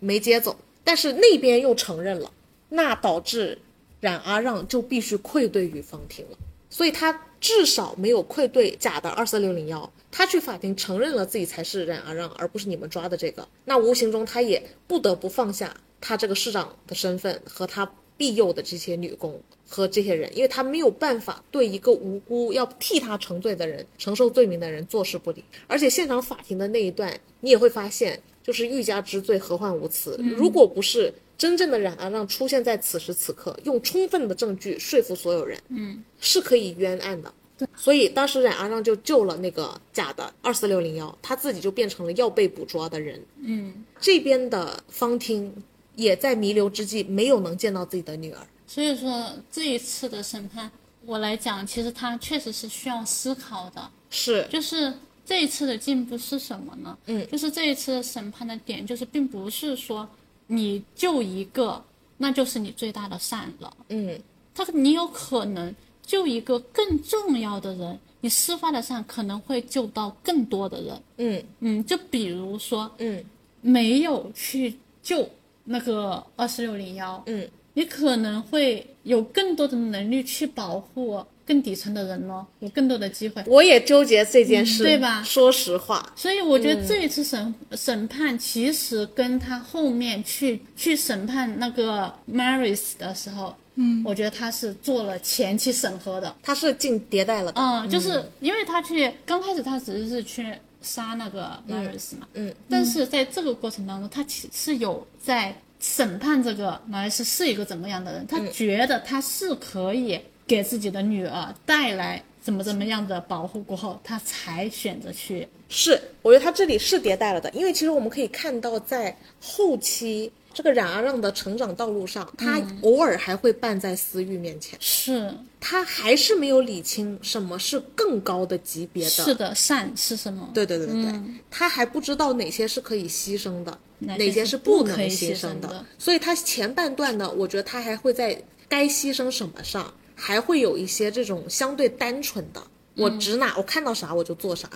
S2: 没接走，但是那边又承认了，那导致冉阿让就必须愧对于方婷了，所以他至少没有愧对假的二四六零幺，他去法庭承认了自己才是冉阿让，而不是你们抓的这个，那无形中他也不得不放下他这个市长的身份和他庇佑的这些女工。和这些人，因为他没有办法对一个无辜要替他承罪的人、承受罪名的人坐视不理。而且现场法庭的那一段，你也会发现，就是欲加之罪，何患无辞。如果不是真正的冉阿让出现在此时此刻，用充分的证据说服所有人，嗯，是可以冤案的。所以当时冉阿让就救了那个假的二四六零幺，他自己就变成了要被捕捉的人。嗯，这边的方汀也在弥留之际没有能见到自己的女儿。
S3: 所以说这一次的审判，我来讲，其实他确实是需要思考的。
S2: 是，
S3: 就是这一次的进步是什么呢？
S2: 嗯，
S3: 就是这一次的审判的点，就是并不是说你救一个，那就是你最大的善了。
S2: 嗯。
S3: 他你有可能救一个更重要的人，你施法的善可能会救到更多的人。
S2: 嗯
S3: 嗯，就比如说
S2: 嗯
S3: 没有去救那个二四六零幺，
S2: 嗯，
S3: 你可能会有更多的能力去保护更底层的人咯，有更多的机会。
S2: 我也纠结这件事，
S3: 嗯对吧
S2: 说实话，
S3: 所以我觉
S2: 嗯
S3: 得这一次审、审判其实跟他后面去去审判那个 Maris 的时候，嗯，我觉得他是做了前期审核的，
S2: 他是进迭代了的，
S3: 嗯，就是因为他去刚开始他只是去杀那个 Maris 嘛，
S2: 嗯嗯
S3: 但是在这个过程当中，他其是有在审判这个 Maris 是一个怎么样
S2: 嗯
S3: 的人，他觉得他是可以给自己的女儿带来怎么怎么样的保护过后，他才选择去
S2: 是，我觉得他这里是迭代了的，因为其实我们可以看到，在后期这个冉阿让的成长道路上，他
S3: 嗯
S2: 偶尔还会绊在思域面前，
S3: 是
S2: 他还是没有理清什么是更高的级别的，
S3: 是的，善是什么？
S2: 对对对对对，他还不知道哪些是可以牺牲的，
S3: 哪
S2: 哪
S3: 些
S2: 些
S3: 是
S2: 是
S3: 不
S2: 能
S3: 可以
S2: 牺
S3: 牺
S2: 牲
S3: 牲的
S2: 所以他前半段呢，我觉得他还会在该牺牲什么上，还会有一些这种相对单纯的，
S3: 嗯
S2: 我指哪、我看到啥我就做啥。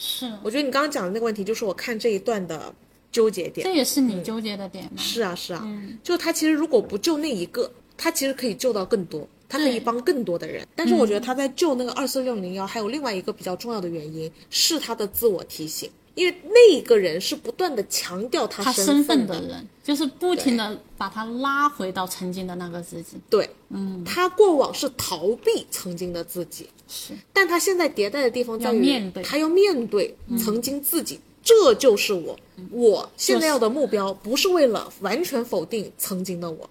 S3: 是，
S2: 我觉得你刚刚讲的那个问题，就是我看这一段的纠结点
S3: 这。也是你纠结的点嘛。
S2: 是啊，是啊，
S3: 嗯
S2: 就他其实如果不救那一个，他其实可以救到更多，他可以
S3: 对嗯
S2: 帮更多的人。但是我觉得他在救那个二四六零幺，还有另外一个比较重要的原因是他的自我提醒，因为那一个人是不断的强调他
S3: 他
S2: 身
S3: 身
S2: 份
S3: 份的人，就是不停的把他拉回到曾经的那个自己。
S2: 对，嗯，他过往是逃避曾经的自己，
S3: 是，
S2: 但他现在迭代的地方在于，
S3: 要面对嗯
S2: 他要面对曾经自己，这就是我。我现在要的目标不是为了完全否定曾经的我，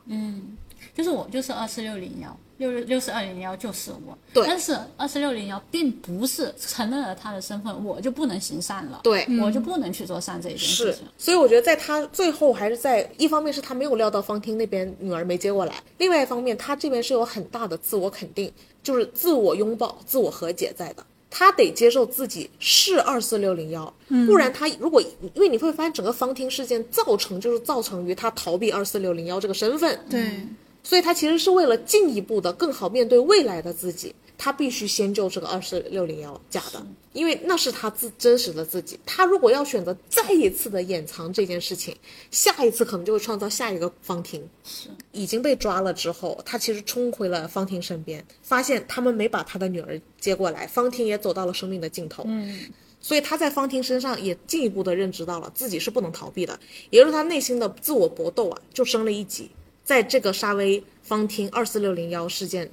S3: 就是我就是二四六零幺，六六四二零幺就是我。
S2: 对
S3: 但是二四六零幺并不是承认了他的身份，我就不能行善了，
S2: 对
S3: 我就不能去做善这一件事
S2: 是
S3: 情。，
S2: 所以我觉得在他最后还是在一方面是他没有料到方汀那边女儿没接过来，另外一方面他这边是有很大的自我肯定，就是自我拥抱、自我和解在的。他得接受自己是二四六零幺，
S3: 嗯
S2: 不然他如果因为你会发现整个方汀事件造成就是造成于他逃避二四六零幺这个身份，
S4: 对，
S2: 所以他其实是为了进一步的更好面对未来的自己，他必须先救这个二四六零幺假的，因为那是他自真实的自己。他如果要选择再一次的掩藏这件事情，下一次可能就会创造下一个方婷。是，已经被抓了之后，他其实冲回了方婷身边，发现他们没把他的女儿接过来，方婷也走到了生命的尽头。
S3: 嗯，
S2: 所以他在方婷身上也进一步的认知到了自己是不能逃避的，也就是他内心的自我搏斗啊，就升了一级。在这个沙威方汀二四六零幺事件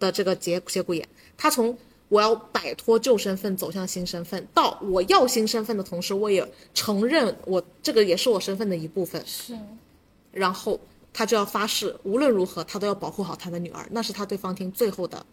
S2: 的这个节节骨眼，他从我要摆脱旧身份走向新身份，到我要新身份的同时，我也承认我这个也是我身份的一部分，
S3: 是，
S2: 然后他就要发誓，无论如何他都要保护好他的女儿，那是他对方汀最后的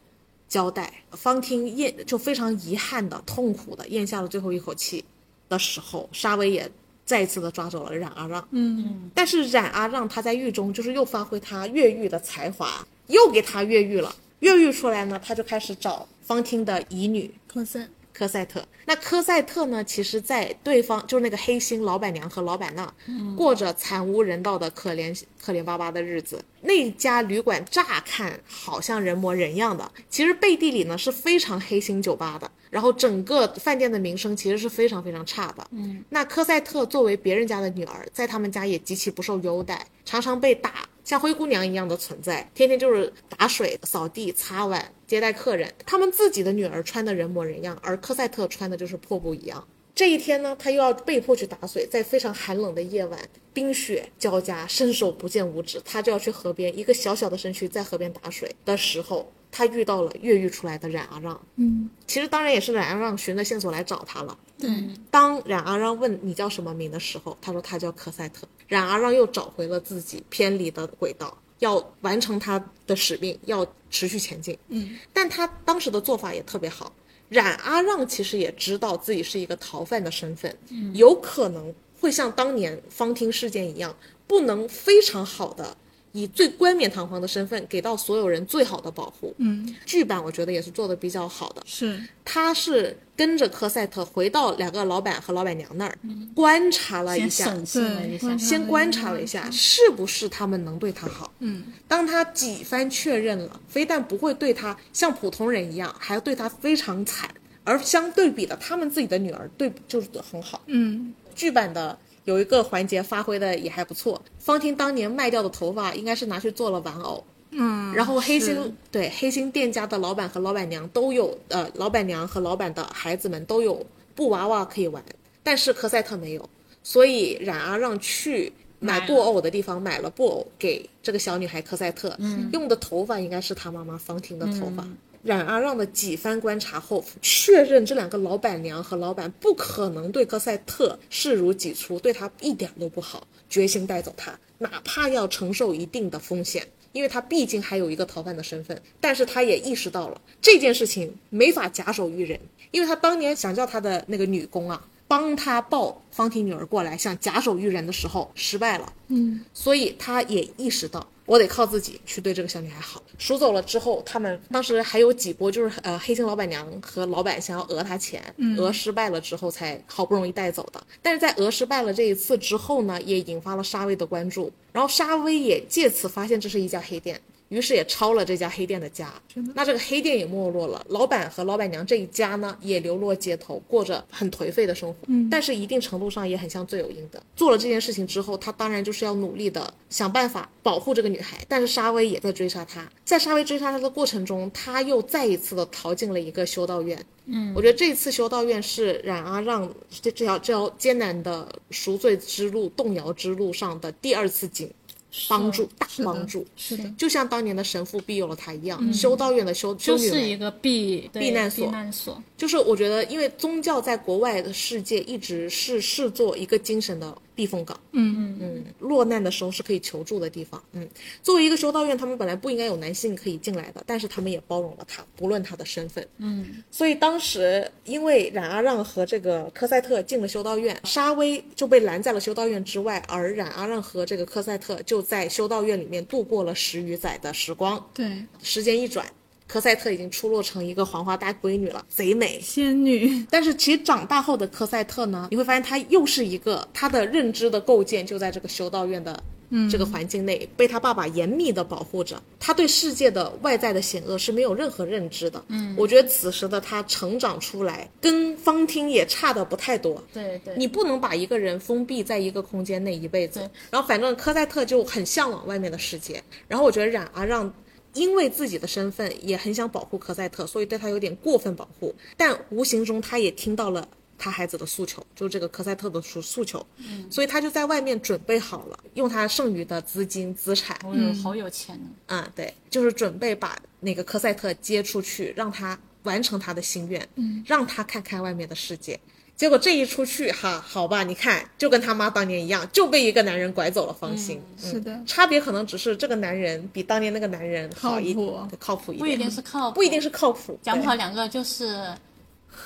S2: 交代。方汀咽就非常遗憾的、痛苦的咽下了最后一口气的时候，沙威也再一次的抓走了冉阿让。
S4: 嗯，
S2: 但是冉阿让他在狱中就是又发挥他越狱的才华，又给他越狱了。越狱出来呢，他就开始找方汀的姨女
S4: 科森，
S2: 科赛特。那科赛特呢，其实在对方就是那个黑心老板娘和老板那，过着惨无人道的可怜可怜巴巴的日子。那家旅馆乍看好像人模人样的，其实背地里呢是非常黑心酒吧的。然后整个饭店的名声其实是非常非常差的。嗯，那科赛特作为别人家的女儿，在他们家也极其不受优待，常常被打，像灰姑娘一样的存在，天天就是打水、扫地、擦碗、接待客人。他们自己的女儿穿的人模人样，而科赛特穿的就是破布一样。这一天呢，他又要被迫去打水，在非常寒冷的夜晚，冰雪交加，伸手不见五指，他就要去河边一个小小的身躯在河边打水的时候，他遇到了越狱出来的冉阿让。
S4: 嗯，
S2: 其实当然也是冉阿让循着线索来找他了。
S4: 对，
S2: 当冉阿让问你叫什么名的时候，他说他叫科赛特。冉阿让又找回了自己偏离的轨道，要完成他的使命，要持续前进。
S4: 嗯，
S2: 但他当时的做法也特别好。冉阿让其实也知道自己是一个逃犯的身份，
S3: 嗯
S2: 有可能会像当年方汀事件一样，不能非常好的以最冠冕堂皇的身份给到所有人最好的保护。
S4: 嗯，
S2: 剧版我觉得也是做的比较好的，
S4: 是，
S2: 他是跟着科赛特回到两个老板和老板娘那儿，观察了一
S3: 嗯
S2: 下，
S3: 先审视了一下
S4: 对，
S2: 先观察了一下，是不是他们能对他好。
S4: 嗯，
S2: 当他几番确认了，非但不会对他像普通人一样，还要对他非常惨，而相对比的，他们自己的女儿对就是很好。
S4: 嗯，
S2: 剧版的有一个环节发挥的也还不错，方汀当年卖掉的头发应该是拿去做了玩偶，
S4: 嗯，
S2: 然后黑
S4: 是
S2: 心对黑心店家的老板和老板娘都有，呃，老板娘和老板的孩子们都有布娃娃可以玩，但是科赛特没有，所以冉阿让去买布偶的地方买了布偶给这个小女孩科赛特，用的头发应该是她妈妈方婷的头发。冉阿让的几番观察后，确认这两个老板娘和老板不可能对科赛特视如己出，对他一点都不好，决心带走他，哪怕要承受一定的风险，因为他毕竟还有一个逃犯的身份。但是他也意识到了这件事情没法假手于人，因为他当年想叫他的那个女工啊，帮他抱方婷女儿过来，想假手于人的时候失败了。
S4: 嗯，
S2: 所以他也意识到，我得靠自己去对这个小女孩好。赎走了之后，他们当时还有几波，就是呃，黑心老板娘和老板想要讹他钱，讹失败了之后才好不容易带走的。但是在讹失败了这一次之后呢，也引发了沙威的关注，然后沙威也借此发现这是一家黑店。于是也抄了这家黑店的家。那这个黑店也没落了，老板和老板娘这一家呢也流落街头，过着很颓废的生活。嗯，但是一定程度上也很像罪有应得。做了这件事情之后，他当然就是要努力的想办法保护这个女孩，但是沙威也在追杀他。在沙威追杀他的过程中，他又再一次的逃进了一个修道院。嗯，我觉得这次修道院是冉阿让这这条这条艰难的赎罪之路、动摇之路上的第二次警帮助，大
S4: 的
S2: 帮助。
S3: 是的，
S2: 就像当年的神父庇佑了他一样，修道院的修修
S3: 就
S2: 女
S3: 是
S2: 们
S3: 一个避对
S2: 避难所
S3: 避难所，
S2: 就是我觉得，因为宗教在国外的世界一直是视作一个精神的避风港，
S4: 嗯嗯，
S2: 嗯，落难的时候是可以求助的地方，嗯，作为一个修道院，他们本来不应该有男性可以进来的，但是他们也包容了他，不论他的身份，
S3: 嗯，
S2: 所以当时因为冉阿让和这个科赛特进了修道院，沙威就被拦在了修道院之外，而冉阿让和这个科赛特就在修道院里面度过了十余载的时光。
S4: 对，
S2: 时间一转，科赛特已经出落成一个黄花大闺女了，贼美。
S4: 仙女，
S2: 但是其实长大后的科赛特呢，你会发现他又是一个他的认知的构建就在这个修道院的这个环境内，被他爸爸严密的保护着。他对世界的外在的险恶是没有任何认知的。嗯，我觉得此时的他成长出来，跟方汀也差的不太多。
S3: 对对，
S2: 你不能把一个人封闭在一个空间内一辈子
S3: 对。
S2: 然后反正科赛特就很向往外面的世界。然后我觉得冉阿让因为自己的身份也很想保护科赛特，所以对他有点过分保护，但无形中他也听到了。他孩子的诉求，就是这个科赛特的诉诉求，所以他就在外面准备好了，用他剩余的资金资产，
S3: 好有好有钱呢，
S2: 啊、对，就是准备把那个科赛特接出去，让他完成他的心愿，嗯，让他看看外面的世界。结果这一出去，哈，好吧，你看，就跟他妈当年一样，就被一个男人拐走了芳心。嗯
S4: 是的，
S2: 差别可能只是这个男人比当年那个男人好一
S4: 靠谱
S2: 对靠谱一
S3: 不一
S2: 点，
S3: 定是靠
S2: 不一定是靠谱。
S3: 讲不
S2: 对
S3: 好两个就是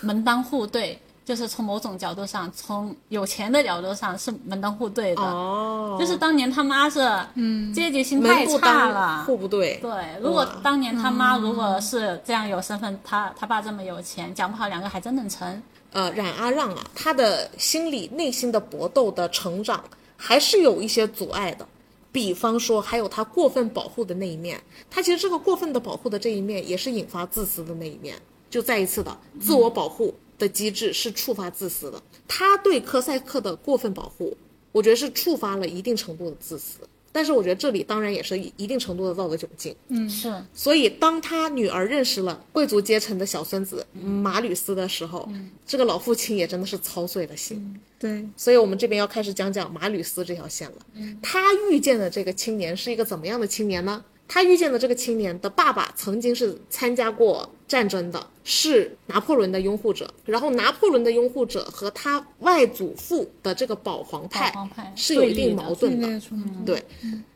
S3: 门当户对，就是从某种角度上，从有钱的角度上是门当户对的。
S2: 哦，
S3: 就是当年他妈是，嗯，阶级性
S2: 门
S3: 太
S2: 不
S3: 差
S2: 当
S3: 了。
S2: 户不对，
S3: 对，如果当年他妈如果是这样有身份，他他爸这么有钱，讲不好两个还真能成。
S2: 呃，冉阿让啊，他的心理内心的搏斗的成长还是有一些阻碍的。比方说，还有他过分保护的那一面，他其实这个过分的保护的这一面，也是引发自私的那一面。就再一次的自我保护的机制是触发自私的，他对科赛克的过分保护，我觉得是触发了一定程度的自私。但是我觉得这里当然也是一定程度的道德窘境。
S3: 嗯，是
S2: 所以，当他女儿认识了贵族阶层的小孙子马吕斯的时候，
S3: 嗯
S2: 这个老父亲也真的是操碎了心。
S4: 对，
S2: 所以我们这边要开始讲讲马吕斯这条线了。
S3: 嗯
S2: 他遇见的这个青年是一个怎么样的青年呢？他遇见的这个青年的爸爸曾经是参加过战争的，是拿破仑的拥护者。然后拿破仑的拥护者和他外祖父的这个保皇派
S3: 保皇派
S2: 是有一
S3: 对
S2: 定
S3: 立的嗯
S2: 矛
S4: 剧
S2: 盾的。
S4: 烈冲突，
S2: 对，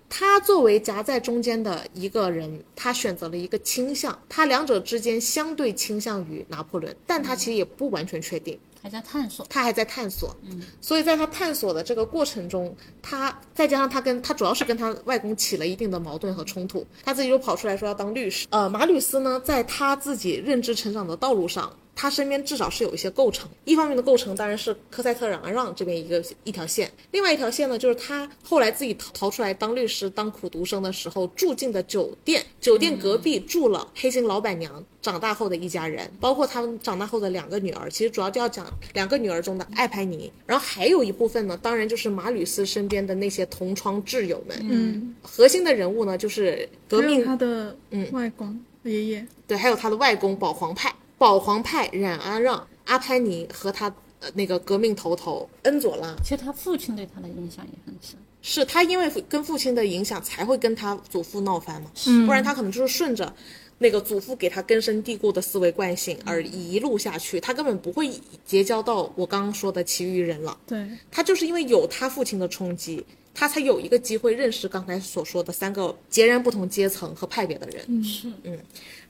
S2: 他作为夹在中间的一个人，他选择了一个倾向，他两者之间相对倾向于拿破仑，但他其实也不完全确定，
S3: 还在探索。
S2: 他还在探索。所以在他探索的这个过程中，他再加上他跟他主要是跟他外公起了一定的矛盾和冲突，他自己又跑出来说要当律师。呃，马吕斯呢，在他自己认知成长的道路上。他身边至少是有一些构成，一方面的构成当然是科赛特冉阿让这边一个一条线，另外一条线呢，就是他后来自己逃逃出来当律师、当苦读生的时候住进的酒店，酒店隔壁住了黑心老板娘长大后的一家人，包括他们长大后的两个女儿，其实主要就要讲两个女儿中的艾排尼，然后还有一部分呢，当然就是马吕斯身边的那些同窗挚友们，
S4: 嗯，
S2: 核心的人物呢就是革
S4: 还有
S2: 命
S4: 他的外公爷爷，
S2: 对，还有他的外公保皇派，保皇派冉阿让、阿拍尼和他呃那个革命头头恩佐拉，
S3: 其实他父亲对他的影响也很深。
S2: 是他因为跟父亲的影响才会跟他祖父闹翻嘛，不然他可能就是顺着。那个祖父给他根深蒂固的思维惯性而一路下去，他根本不会结交到我刚刚说的其余人了。
S4: 对，
S2: 他就是因为有他父亲的冲击，他才有一嗯个机会认识刚才所说的三个截然不同阶层和派别的人。
S3: 是，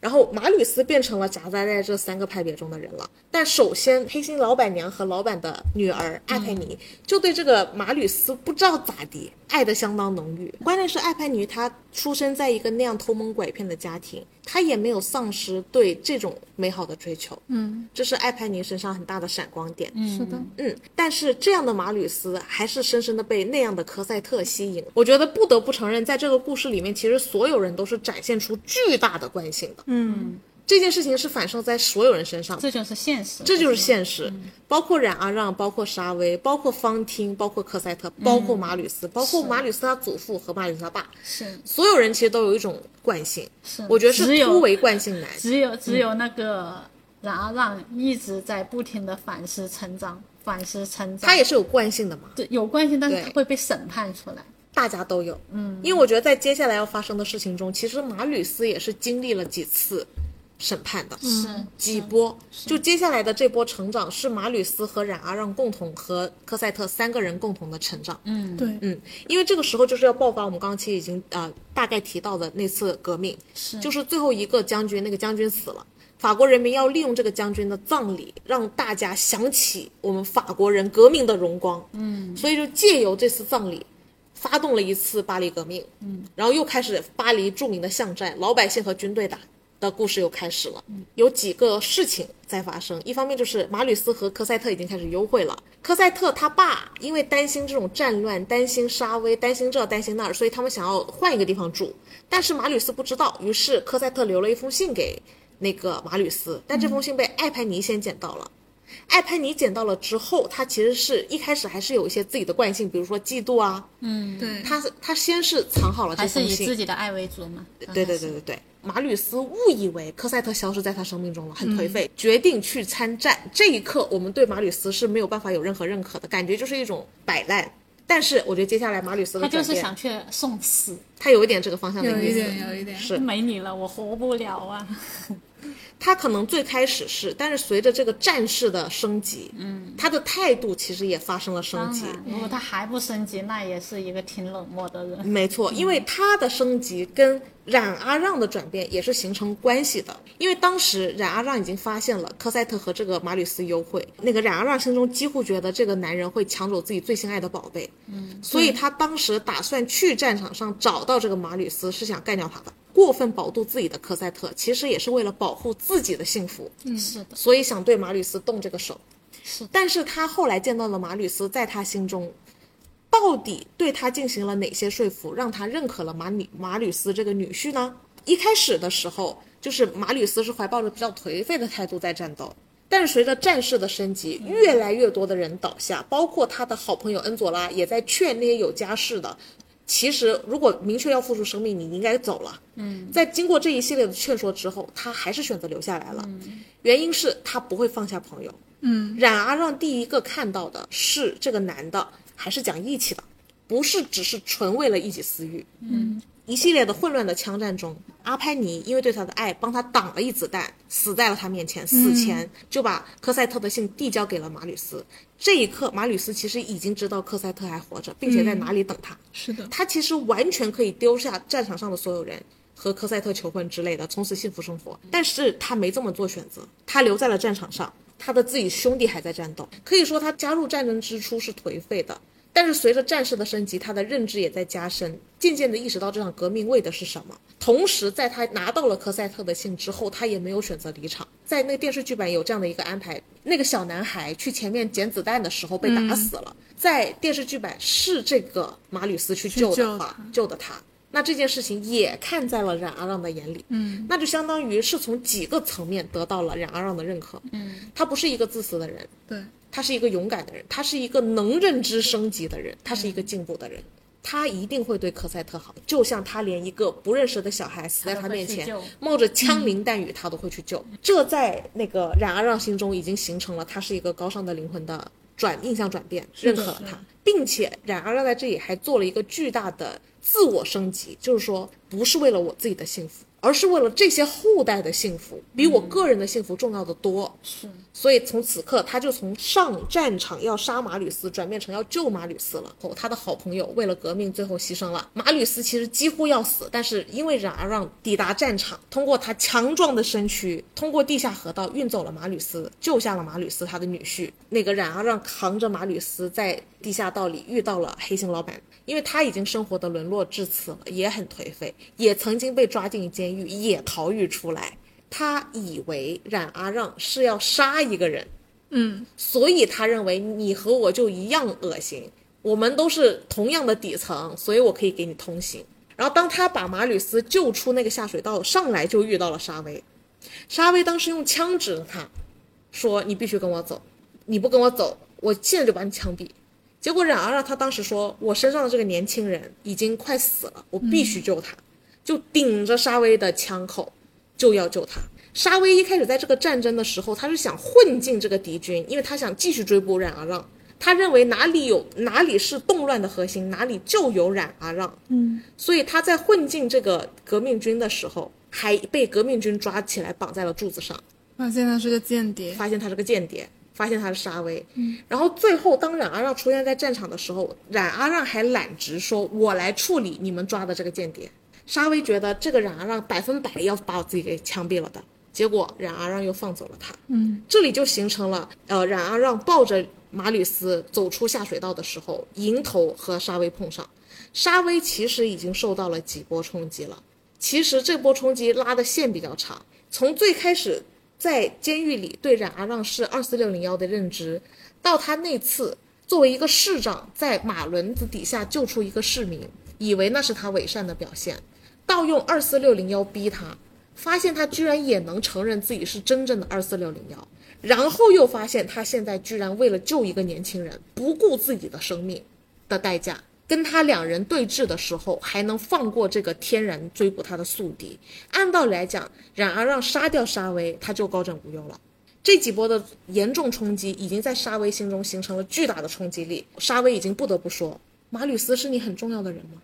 S2: 然后马吕斯变成了夹杂在这三个派别中的人了。但首先，黑心老板娘和老板的女儿艾佩妮就对这个马吕斯不知道咋地，爱得相当浓郁。关键是艾佩妮她出生在一个那样偷蒙拐骗的家庭，她也没有丧失对这种美好的追求，
S4: 嗯，
S2: 这是艾佩妮身上很大的闪光点。
S4: 是的，
S2: 嗯，但是这样的马吕斯还是深深的被那样的科赛特吸引。我觉得不得不承认，在这个故事里面，其实所有人都是展现出巨大的惯性的。
S4: 嗯，
S2: 这件事情是反射在所有人身上的，
S3: 这就是嗯现实，
S2: 这就是
S3: 实。
S2: 现实。包括冉阿让，包括沙威，包括方汀，包括科赛特，包
S3: 嗯
S2: 括马吕斯，包括马吕斯他祖父和马吕斯他爸，
S3: 是
S2: 所有人其实都有一种惯性，
S3: 是，
S2: 我觉得
S3: 嗯只
S2: 是
S3: 有
S2: 突围惯性男。
S3: 只有只有那个冉阿让一直在不停的反思成长，反思成长。
S2: 他也是有惯性的嘛，
S3: 对有关系，但是
S2: 对
S3: 他会被审判出来。
S2: 大家都有，嗯，因为我觉得在接下来要发生的事情中，其实马吕斯也是经历了几次审判的，
S3: 是
S2: 几波，
S3: 嗯
S2: 就接下来的这波成长是马吕斯和冉阿让共同和科赛特三个人共同的成长，嗯
S4: 对，
S2: 嗯，因为这个时候就是要爆发我们刚刚其实已经呃大概提到的那次革命，
S3: 是
S2: 就是最后一个将军，那个将军死了。法国人民要利用这个将军的葬礼，让大家想起我们法国人革命的荣光。嗯，所以就借由这次葬礼，发动了一次巴黎革命。嗯，然后又开始巴黎著名的巷战，老百姓和军队打的故事又开始了。有几个事情在发生，一方面就是马吕斯和科赛特已经开始幽会了。科赛特他爸因为担心这种战乱，担心沙威，担心这担心那儿，所以他们想要换一个地方住。但是马吕斯不知道，于是科赛特留了一封信给那个马吕斯，但这封信被艾潘尼先捡到了。艾潘尼捡到了之后，他其实是一开始还是有一些自己的惯性，比如说嫉妒啊。
S4: 对，
S2: 他他先是藏好了这
S3: 还是
S2: 封
S3: 以
S2: 信
S3: 自，己的爱为主嘛？刚
S2: 对
S3: 开
S2: 对
S3: 始
S2: 对对对。马吕斯误以为科赛特消失在他生命中了，很
S3: 嗯
S2: 颓废，决定去参战。这一刻，我们对马吕斯是没有办法有任何认可的感觉，就是一种摆烂。但是我觉得接下来马吕斯的
S3: 他就
S2: 转
S3: 是
S2: 变，
S3: 想去送死，
S2: 他有一点这个方向的
S4: 有
S2: 意
S4: 一
S2: 思。
S4: 点，有一点，
S2: 是
S3: 没你了，我活不了啊！
S2: 他可能最开始是，但是随着这个战事的升级，嗯，他的态度其实也发生了升
S3: 当
S2: 级。
S3: 然，如果他还不升级，那也是一个挺冷漠的人。
S2: 没错，因为他的升级跟冉阿让的转变也是形成关系的。因为当时冉阿让已经发现了科赛特和这个马吕斯幽会，那个冉阿让心中几乎觉得这个男人会抢走自己最心爱的宝贝，嗯，所以他当时打算去战场上找到这个马吕斯，是想干掉他的。过分保护自己的科赛特，其实也是为了保护自己的幸福。
S3: 是的，
S2: 所以想对马吕斯动这个手。
S3: 是的
S2: 但是他后来见到了马吕斯，在他心中，到底对他进行了哪些说服，让他认可了马吕马吕斯这个女婿呢？一开始的时候，就是马吕斯是怀抱着比较颓废的态度在战斗。但是随着战事的升级，越来越多的人倒下，包括他的好朋友恩佐拉也在劝那些有家室的，其实如果明确要付出生命，你应该走了。嗯，在经过这一系列的劝说之后，他还是选择留下来了。原因是他不会放下朋友。
S4: 嗯，
S2: 冉阿让第一个看到的是这个男的还是讲义气的，不是只是纯为了一己私欲。
S3: 嗯，
S2: 一系列的混乱的枪战中，阿拍尼因为对他的爱帮他挡了一子弹，死在了他面前。死前就把科赛特的信递交给了马吕斯。这一刻，马吕斯其实已经知道科赛特还活着，并且在哪里等他。
S4: 是的，
S2: 他其实完全可以丢下战场上的所有人和科赛特求婚之类的，从此幸福生活。但是他没这么做选择，他留在了战场上，他的自己兄弟还在战斗。可以说他加入战争之初是颓废的，但是随着战事的升级，他的认知也在加深，渐渐地意识到这场革命为的是什么。同时，在他拿到了科赛特的信之后，他也没有选择离场。在那个电视剧版有这样的一个安排，那个小男孩去前面捡子弹的时候被打死了。在电视剧版是这个马吕斯去救
S4: 去
S2: 的
S4: 救
S2: 话
S4: 他，
S2: 救的他。那这件事情也看在了冉阿让的眼里，嗯，那就相当于是从几个层面得到了冉阿让的认可，嗯，他不是一个自私的人，
S4: 对，
S2: 他是一个勇敢的人，他是一个能认知升级的人，他是一个进步的人，他一定会对科赛特好，就像他连一个不认识的小孩死在他面前
S3: 他都会去，
S2: 冒着枪林弹雨，他都会去救。这在那个冉阿让心中已经形成了他是一个高尚的灵魂的转印象转变，认可了他。并且冉阿让在这里还做了一个巨大的自我升级，就是说不是为了我自己的幸福，而是为了这些后代的幸福，比我个人的幸福重要的多。
S3: 是
S2: 所以从此刻，他就从上战场要杀马吕斯，转变成要救马吕斯了。哦，他的好朋友为了革命最后牺牲了。马吕斯其实几乎要死，但是因为冉阿让抵达战场，通过他强壮的身躯，通过地下河道运走了马吕斯，救下了马吕斯他的女婿。那个冉阿让扛着马吕斯在地下道里遇到了黑心老板，因为他已经生活的沦落至此了，也很颓废，也曾经被抓进监狱，也逃狱出来。他以为冉阿让是要杀一个人，
S4: 嗯，
S2: 所以他认为你和我就一样恶心，我们都是同样的底层，所以我可以给你通行。然后当他把马吕斯救出那个下水道，上来就遇到了沙威，沙威当时用枪指着他，说：“你必须跟我走，你不跟我走，我现在就把你枪毙。”结果冉阿让他当时说：“我身上的这个年轻人已经快死了，我必须救他。就顶着沙威的枪口，就要救他。沙威一开始在这个战争的时候，他是想混进这个敌军，因为他想继续追捕冉阿让。他认为哪里有哪里是动乱的核心，哪里就有冉阿让。
S4: 嗯，
S2: 所以他在混进这个革命军的时候，还被革命军抓起来绑在了柱子上。
S4: 发现他是个间谍，
S2: 发现他是个间谍，发现他是沙威。嗯然后最后当冉阿让出现在战场的时候，冉阿让还揽职说：“我来处理你们抓的这个间谍。”沙威觉得这个冉阿让百分百要把我自己给枪毙了的，结果冉阿让又放走了他。
S4: 嗯，
S2: 这里就形成了呃，冉阿让抱着马吕斯走出下水道的时候，迎头和沙威碰上。沙威其实已经受到了几波冲击了，其实这波冲击拉的线比较长，从最开始在监狱里对冉阿让是二四六零幺的认知，到他那次作为一个市长在马轮子底下救出一个市民，以为那是他伪善的表现，盗用二四六零幺逼他，发现他居然也能承认自己是真正的二四六零幺，然后又发现他现在居然为了救一个年轻人，不顾自己的生命的代价。跟他两人对峙的时候，还能放过这个天然追捕他的宿敌。按道理来讲，冉阿让杀掉沙威，他就高枕无忧了。这几波的严重冲击已经在沙威心中形成了巨大的冲击力，沙威已经不得不说，马吕斯是你很重要的人吗？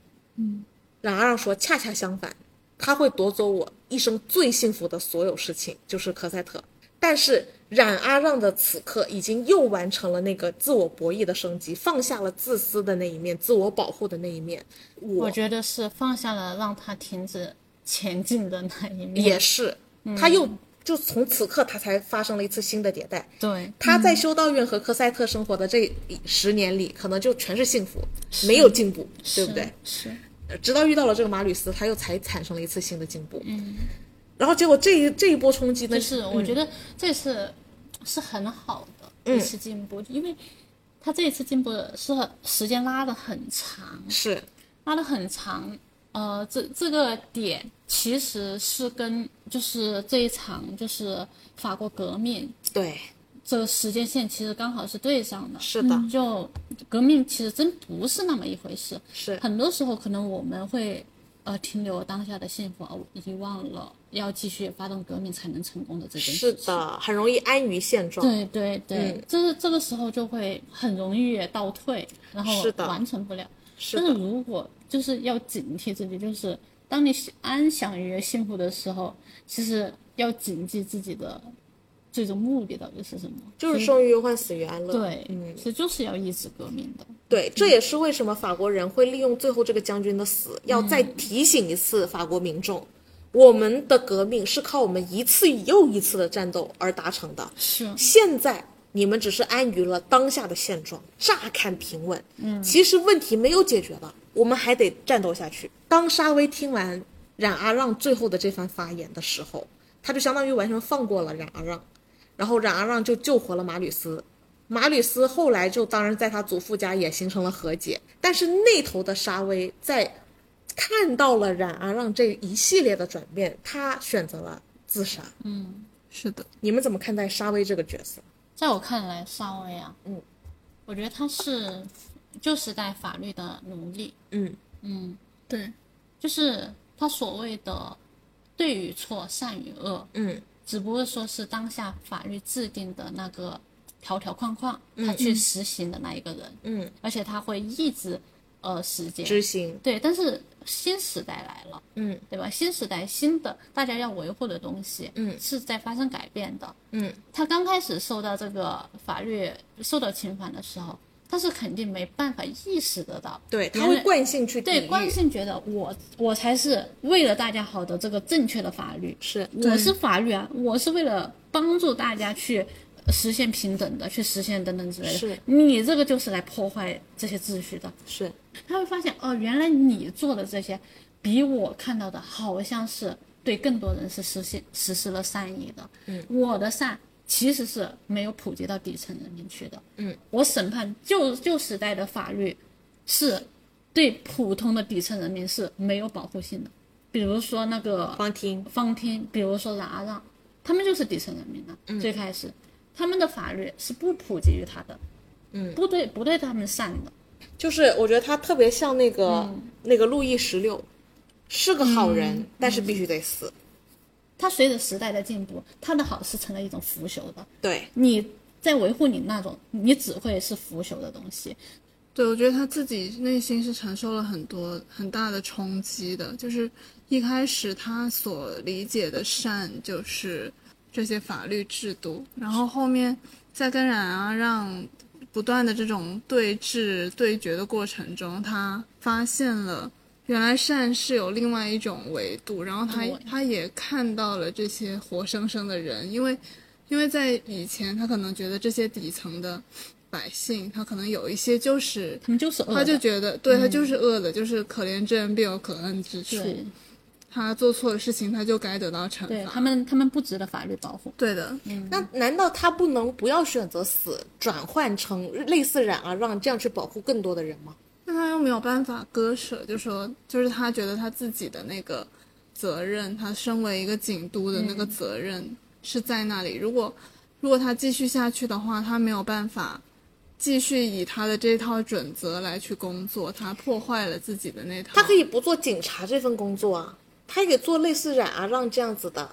S2: 冉阿让说，恰恰相反，他会夺走我一生最幸福的所有事情，就是科赛特。但是冉阿让的此刻已经又完成了那个自我博弈的升级，放下了自私的那一面，自我保护的那一面。我
S3: 我觉得是放下了让他停止前进的那一面。
S2: 也是，他又就从此刻他才发生了一次新的迭代。
S3: 对，
S2: 他在修道院和科赛特生活的这十年里，可能就全是幸福，没有进步，对不对？
S3: 是？是，
S2: 直到遇到了这个马吕斯，他又才产生了一次新的进步。嗯，然后结果这一这一波冲击呢，
S3: 就是我觉
S2: 嗯
S3: 得这次是很好的一次进步，因为他这一次进步是时间拉的很长，
S2: 嗯是
S3: 拉的很长。呃，这这个点其实是跟就是这一场就是法国革命
S2: 对，
S3: 这个时间线其实刚好是对上的。嗯
S2: 是的，
S3: 就革命其实真不是那么一回事，
S2: 是
S3: 很多时候可能我们会呃停留当下的幸福，哦而遗忘了要继续发动革命才能成功的这件事。
S2: 是的，很容易安于现状。
S3: 对对对，
S2: 嗯
S3: 就是这个时候就会很容易倒退，然后
S2: 是的
S3: 完成不了。
S2: 是
S3: 但
S2: 的，
S3: 是如果就是要警惕自己，就是当你安享于幸福的时候，其实要谨记自己的最终目的到底是什么。
S2: 就是生于忧患，死于安乐。
S3: 对，
S2: 嗯
S3: 其实就是要抑制革命的。
S2: 对，这也是为什么法国人会利用最后这个将军的死，
S3: 嗯
S2: 要再提醒一次法国民众，我们的革命是靠我们一次又一次的战斗而达成的。
S3: 是，
S2: 现在你们只是安于了当下的现状，乍看平稳，嗯，其实问题没有解决的，我们还得战斗下去。当沙威听完冉阿让最后的这番发言的时候，他就相当于完全放过了冉阿让，然后冉阿让就救活了马吕斯。马吕斯后来就当然在他祖父家也形成了和解，但是那头的沙威在看到了冉阿让这一系列的转变，他选择了自杀。
S4: 是的，
S2: 你们怎么看待沙威这个角色？
S3: 在我看来，沙威啊，
S2: 嗯，
S3: 我觉得他是旧时代法律的奴隶，
S2: 嗯，
S4: 对，
S3: 就是他所谓的对与错、善与恶，
S2: 嗯，
S3: 只不过说是当下法律制定的那个条条框框，他去实行的那一个人，
S2: 嗯，
S3: 而且他会一直呃实践，
S2: 知行，
S3: 对，但是新时代来了，
S2: 嗯，
S3: 对吧？新时代新的大家要维护的东西，
S2: 嗯
S3: 是在发生改变的。
S2: 嗯，
S3: 他刚开始受到这个法律受到侵犯的时候，他是肯定没办法意识得到，
S2: 对，他
S3: 原
S2: 会
S3: 来
S2: 惯性去抵
S3: 对
S2: 御
S3: 惯性觉得我我才是为了大家好的这个正确的法律，
S2: 是
S3: 我是法律啊，我是为了帮助大家去。实现平等的，去实现等等之类的，
S2: 是
S3: 你这个就是来破坏这些秩序的，
S2: 是，
S3: 他会发现哦，原来你做的这些，比我看到的好像是对更多人是实现实施了善意的。嗯，我的善其实是没有普及到底层人民去的。
S2: 嗯，
S3: 我审判旧旧时代的法律是对普通的底层人民是没有保护性的，比如说那个
S2: 方听，
S3: 方听，比如说冉让，他们就是底层人民的。啊
S4: 嗯
S3: 最开始，他们的法律是不普及于他的，嗯，不对不对他们善的。
S2: 就是我觉得他特别像那个、
S3: 嗯
S2: 那个路易十六，是个好人，但
S3: 嗯
S2: 是必须得死。
S3: 它随着时代的进步，它的好是成了一种腐朽的。
S2: 对，
S3: 你在维护你那种，你只会是腐朽的东西。
S4: 对，我觉得他自己内心是承受了很多很大的冲击的，就是一开始他所理解的善就是这些法律制度，然后后面在跟冉啊让不断的这种对峙对决的过程中，他发现了原来善是有另外一种维度，然后他
S3: 对
S4: 他也看到了这些活生生的人，因为因为在以前他可能觉得这些底层的。百姓，他可能有一些就是
S3: 他们就是恶的，嗯
S4: 他就觉得，对他就是恶的，就是可怜之人必有可恨之处。
S3: 对
S4: 他做错了事情，他就该得到惩
S3: 对，
S4: 罚。
S3: 他们嗯他们不值得法律保护。
S4: 对的，
S2: 那难道他不能不要选择死，转换成类似冉啊让这样去保护更多的人吗？
S4: 那他又没有办法割舍，就说就是他觉得他自己的那个责任，他身为一个警督的
S3: 嗯
S4: 那个责任是在那里。如果如果他继续下去的话，他没有办法继续以他的这套准则来去工作，他破坏了自己的那套。
S2: 他可以不做警察这份工作啊，他也可以做类似冉啊让这样子的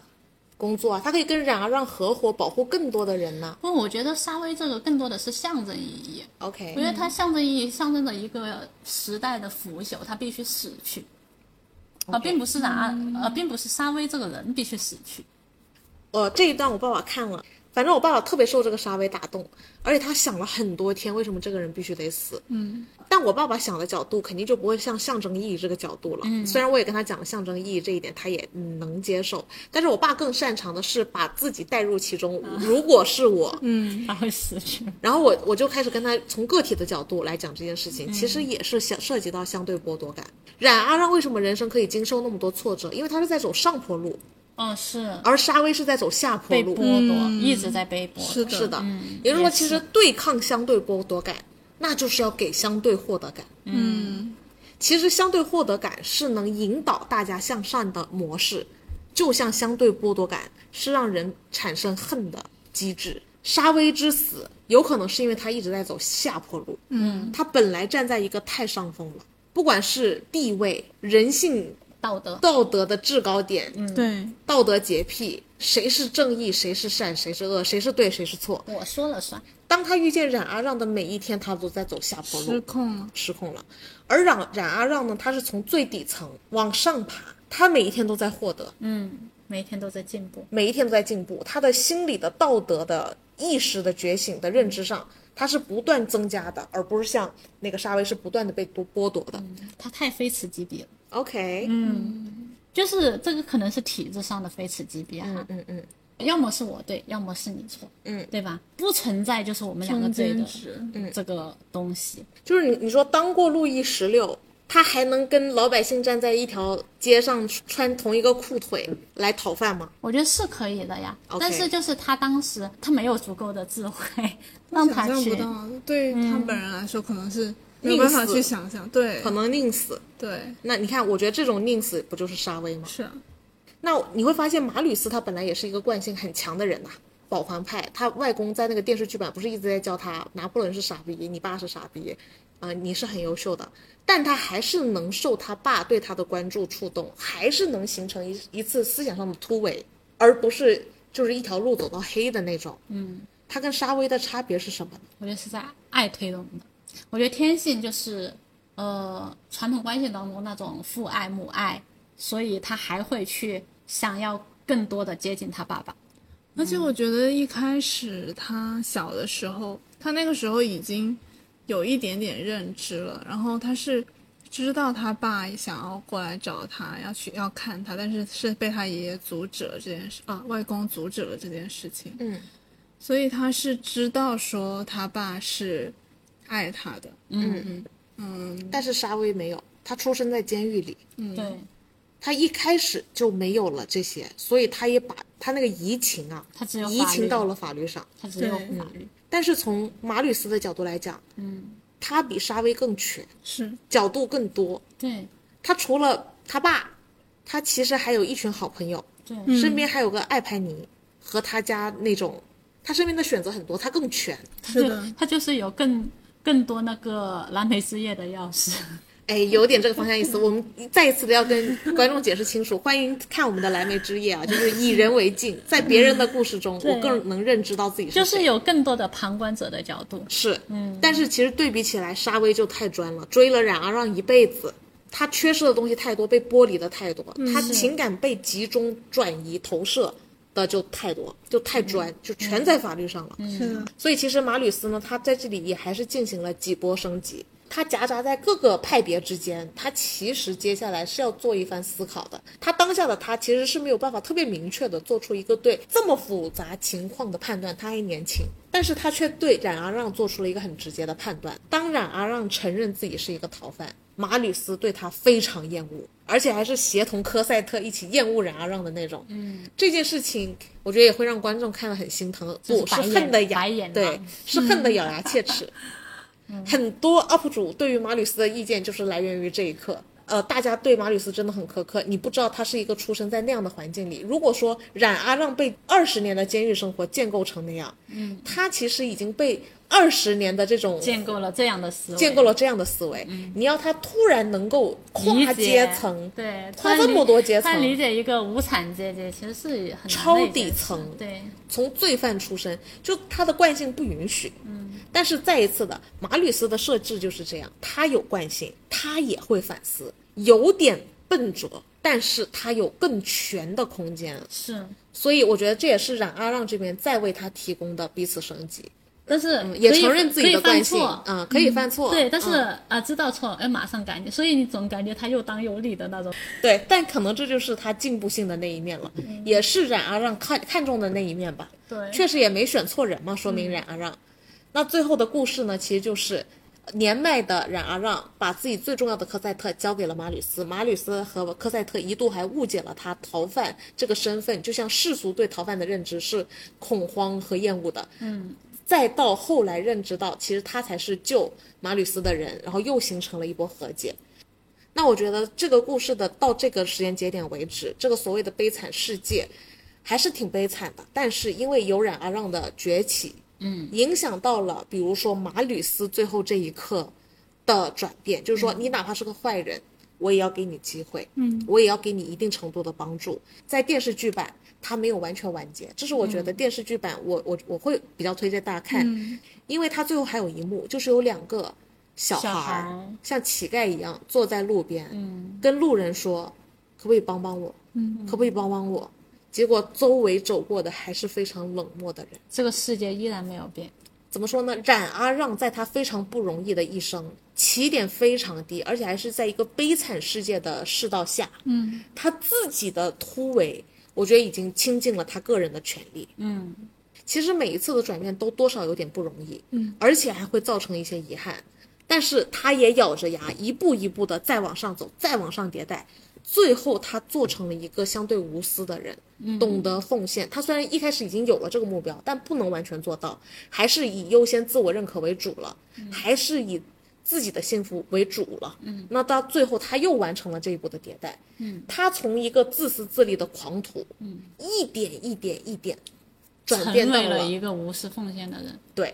S2: 工作啊，他可以跟冉啊让合伙保护更多的人呢、
S3: 不过我觉得沙威这个更多的是象征意义，我觉
S2: OK，
S3: 得它象征意义象征着一个时代的腐朽，它必须死去，而并不是冉阿，而并不是沙威这个人必须死去。
S2: 呃，这一段我爸爸看了，反正我爸爸特别受这个沙威打动，而且他想了很多天，为什么这个人必须得死？
S4: 嗯，
S2: 但我爸爸想的角度肯定就不会像象征意义这个角度了。嗯，虽然我也跟他讲了象征意义这一点，他也嗯能接受，但是我爸更擅长的是把自己带入其中。如果是我，
S4: 嗯，
S3: 他会死去，
S2: 然后我我就开始跟他从个体的角度来讲这件事情，其实也是想涉及到相对剥夺感。冉阿让为什么人生可以经受那么多挫折？因为他是在走上坡路，
S3: 哦，是
S2: 而沙威是在走下坡
S3: 被
S2: 路
S3: 剥。夺，一直在被剥夺。
S4: 是的，
S2: 是的，嗯也就是说，其实对抗相对剥夺感，那就是要给相对获得感。
S4: 嗯，
S2: 其实相对获得感是能引导大家向善的模式，就像相对剥夺感是让人产生恨的机制。沙威之死有可能是因为他一直在走下坡路，嗯，他本来站在一个太上风了，不管是地位、人性、
S3: 道德
S2: 道德的制高点，
S3: 嗯
S4: 对，
S2: 道德洁癖，谁是正义，谁是善，谁是恶，谁是对，谁是错。
S3: 我说了算。
S2: 当他遇见冉阿让的每一天，他都在走下坡路
S4: 失，控
S3: 嗯
S4: 了。
S2: 失控了。而冉冉阿让呢，他是从最底层往上爬，他每一天都在获得，
S3: 嗯，每天都在进步。
S2: 每一天都在进步，他的心理的道德的意识的觉醒的认知上，他是不断增加的，而不是像那个沙威是不断的被剥剥夺的。
S3: 他太非此即彼了，
S2: OK，
S3: 就是这个可能是体制上的非此即彼哈、啊
S2: 嗯嗯嗯，
S3: 要么是我对，要么是你错，
S2: 嗯，
S3: 对吧？不存在就是我们两个对
S4: 中
S3: 的
S4: 间值
S3: 这个东西，
S2: 就是你你说当过路易十六。他还能跟老百姓站在一条街上穿同一个裤腿来讨饭吗？
S3: 我觉得是可以的呀。
S2: OK
S3: 但是就是他当时他没有足够的智慧，让他
S4: 想象
S3: 去
S4: 不到，嗯对他本人来说，可能是没
S2: 宁
S4: 有办法
S2: 死
S4: 去想象。对
S2: 可，能宁死。
S4: 对，
S2: 那你看，我觉得这种宁死不就是沙威吗？
S4: 是啊，
S2: 那你会发现马吕斯他本来也是一个惯性很强的人呐、保皇派。他外公在那个电视剧版不是一直在教他拿破仑是傻逼，你爸是傻逼，啊、你是很优秀的，但他还是能受他爸对他的关注触动，还是能形成一一次思想上的突围，而不是就是一条路走到黑的那种。嗯，它跟沙威的差别是什么呢？
S3: 我觉得是在爱推动的。我觉得天性就是，呃，传统关系当中那种父爱母爱，所以他还会去想要更多的接近他爸爸。
S5: 而
S4: 嗯
S5: 且我觉得一开始他小的时候，他那个时候已经有一点点认知了，然后他是知道他爸想要过来找他，要去要看他，但是是被他爷爷阻止了这件事啊，外公阻止了这件事情，
S2: 嗯
S5: 所以他是知道说他爸是爱他的，
S2: 嗯嗯，但是沙威没有，他出生在监狱里，
S3: 对
S2: 他一开始就没有了这些，所以他也把他那个移情啊，
S3: 他只有
S2: 移
S3: 法
S2: 情
S3: 律
S2: 到了法律上。
S3: 他只有
S5: 对
S3: 法律，
S2: 但是从马吕斯的角度来讲，嗯，他比沙威更全，
S5: 是
S2: 角度更多。
S3: 对
S2: 他除了他爸，他其实还有一群好朋友，
S3: 对，
S2: 身边还有个艾潘尼和他家那种，他身边的选择很多，他更全。
S3: 他
S5: 是
S3: 就
S5: 的
S3: 他就是有更更多那个蓝莓之夜的钥匙。
S2: 哎，有点这个方向意思。我们再一次的要跟观众解释清楚，欢迎看我们的《蓝莓之夜》啊，就是以人为镜，在别人的故事中，我更能认知到自己是谁。
S3: 就是有更多的旁观者的角度。
S2: 是，嗯，但是其实对比起来，沙威就太专了，追了冉阿让一辈子，他缺失的东西太多，被剥离的太多，他情感被集中转移投射的就太多，就太专，就全在法律上了。
S4: 是的，
S2: 所以其实马吕斯呢，他在这里也还是进行了几波升级。他夹杂在各个派别之间，他其实接下来是要做一番思考的。他当下的他其实是没有办法特别明确的做出一个对这么复杂情况的判断，他还年轻，但是他却对冉阿让做出了一个很直接的判断。当冉阿让承认自己是一个逃犯，马吕斯对他非常厌恶，而且还是协同科赛特一起厌恶冉阿让的那种。嗯，这件事情我觉得也会让观众看了很心疼，
S3: 就
S2: 不是
S3: 是白眼
S2: 恨的咬
S3: 白眼啊嗯
S2: 对
S3: 狼，
S2: 是恨的咬牙切 齿。很多 UP 主对于马吕斯的意见就是来源于这一刻。呃，大家对马吕斯真的很苛刻，你不知道他是一个出生在那样的环境里。如果说冉阿让被二十年的监狱生活建构成那样，嗯，他其实已经被二十年的这种
S3: 建构了这样的思维，
S2: 建构了这样的思维。你要他突然能够
S3: 理
S2: 跨
S3: 解
S2: 阶层，
S3: 对，
S2: 跨
S3: 他
S2: 这么多阶
S3: 他理
S2: 层，
S3: 解一个无产阶级其实是很难的
S2: 超
S3: 一件
S2: 底
S3: 事
S2: 层
S3: 对，
S2: 从罪犯出身，就他的惯性不允许。嗯，但是再一次的，马吕斯的设置就是这样，他有惯性，他也会反思，有点笨拙，但是他有更全的空间。
S3: 是，
S2: 所以我觉得这也是冉阿让这边在为他提供的彼此升级，
S3: 但是
S2: 也
S3: 嗯可以
S2: 承认自己的
S3: 可以
S2: 惯
S3: 犯
S2: 性
S3: 错，，
S2: 嗯，可以犯错，
S3: 对，但是
S2: 嗯
S3: 啊、知道错，哎，马上改，所以你总感觉他又当又立的那种。
S2: 对，但可能这就是他进步性的那一面了，
S3: 嗯
S2: 也是冉阿让看看中的那一面吧。
S3: 对，
S2: 确实也没选错人嘛，说明冉阿让。那最后的故事呢，其实就是呃年迈的冉阿让把自己最重要的科赛特交给了马吕斯，马吕斯和科赛特一度还误解了他逃犯这个身份，就像世俗对逃犯的认知是恐慌和厌恶的。嗯。再到后来认知到，其实他才是救马吕斯的人，然后又形成了一波和解。那我觉得这个故事的到这个时间节点为止，这个所谓的悲惨世界，还是挺悲惨的。但是因为有冉阿让的崛起，嗯，影响到了比如说马吕斯最后这一刻的转变，就是说你哪怕是个坏人，我也要给你机会，嗯，我也要给你一定程度的帮助。在电视剧版，它没有完全完结，这是我觉得电视剧版我我我会比较推荐大家看，因为它最后还有一幕，就是有两个小孩
S3: 小孩
S2: 儿
S3: 儿
S2: 像乞丐一样坐在路边，跟路人说：“可不可以帮帮我？可不可以帮帮我？”结果周围走过的还是非常冷漠的人。
S3: 这个世界依然没有变。
S2: 怎么说呢？冉阿让在他非常不容易的一生，起点非常低，而且还是在一个悲惨世界的世道下，嗯，他自己的突围，我觉得已经倾尽了他个人的全力，嗯。其实每一次的转变都多少有点不容易，嗯，而且还会造成一些遗憾，但是他也咬着牙，一步一步的再往上走，再往上迭代，最后他做成了一个相对无私的人，懂得奉献。他虽然一开始已经有了这个目标，但不能完全做到，还是以优先自我认可为主了，还是以自己的幸福为主了。嗯，那到最后他又完成了这一步的迭代。嗯，他从一个自私自利的狂徒，嗯，一点一点一点转
S3: 成
S2: 变到
S3: 为了
S2: 了
S3: 一个无私奉献的人，
S2: 对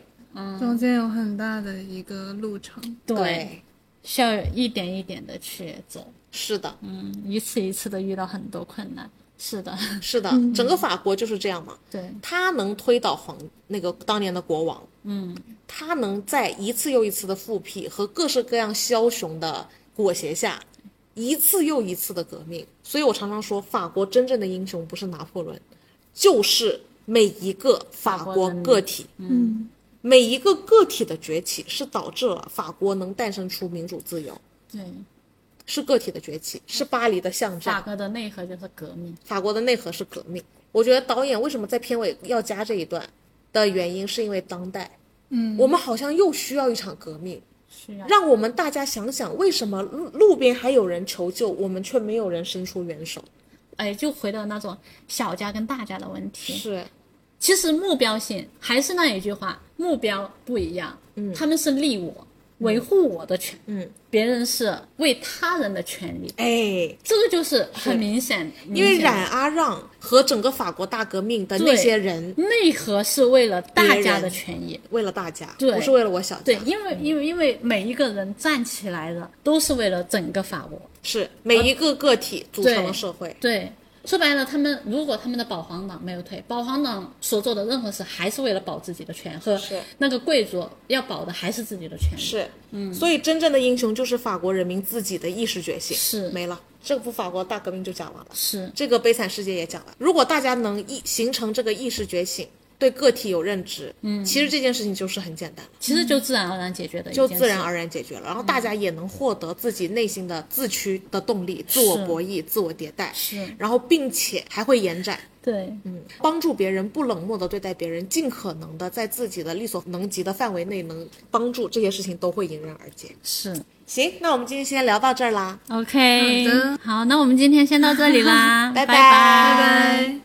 S5: 中间有很大的一个路程，
S2: 对，
S3: 需要一点一点的去走，
S2: 是的。
S3: 嗯，一次一次的遇到很多困难，是的，
S2: 是的，整个法国就是这样嘛。
S3: 对，
S2: 他能推倒皇那个当年的国王，嗯，他能在一次又一次的复辟和各式各样枭雄的裹挟下，一次又一次的革命。所以我常常说，法国真正的英雄不是拿破仑，就是每一个法国个体，
S4: 嗯，
S2: 每一个个体的崛起是导致了法国能诞生出民主自由，
S3: 对，
S2: 是个体的崛起，是巴黎的象征
S3: 法。国的内核就是革命。
S2: 法国的内核是革命。我觉得导演为什么在片尾要加这一段的原因，是因为当代，
S5: 嗯，
S2: 我们好像又需要一场革命，
S3: 需要
S2: 让我们大家想想，为什么路路边还有人求救，我们却没有人伸出援手？
S3: 哎，就回到那种小家跟大家的问题。
S2: 是，
S3: 其实目标性还是那一句话，目标不一样。嗯，他们是利我，维护我的权，
S2: 嗯，
S3: 别人是为他人的权利，
S2: 哎，
S3: 这个就是很明显。
S2: 因为
S3: 明显的
S2: 冉阿让和整个法国大革命的那
S3: 对
S2: 些人，
S3: 内核是为了大
S2: 别
S3: 家
S2: 人嗯
S3: 的权益。
S2: 为了大家，
S3: 对
S2: 不是为了我小家，
S3: 对，因为因为因为每一个人站起来的都是为了整个法国。
S2: 是每一个个体组成了
S3: 对
S2: 社会，
S3: 对，说白了，他们如果他们的保皇党没有退，保皇党所做的任何事还是为了保自己的权和
S2: 是
S3: 那个贵族要保的还是自己的权利。
S2: 是，嗯，所以真正的英雄就是法国人民自己的意识觉醒，
S3: 是
S2: 没了，这部法国大革命就讲完了。
S3: 是
S2: 这个悲惨世界也讲了。如果大家能意形成这个意识觉醒，对个体有认知，嗯，其实这件事情就是很简单了，
S3: 其实就自然而然解决的一
S2: 就
S3: 件事，
S2: 自然而然解决了。然后大家也能获得自己内心的自驱的动力，自我博弈、自我迭代，
S3: 是
S2: 然后并且还会延展，
S3: 对，
S2: 嗯，帮助别人，不冷漠的对待别人，尽可能的在自己的力所能及的范围内能帮助，这些事情都会迎刃而解。
S3: 是
S2: 行，那我们今天先聊到这儿啦，
S3: OK。
S5: 好的
S3: 好，那我们今天先到这里啦，
S2: 拜
S3: 嗯拜
S2: 拜
S5: 拜拜。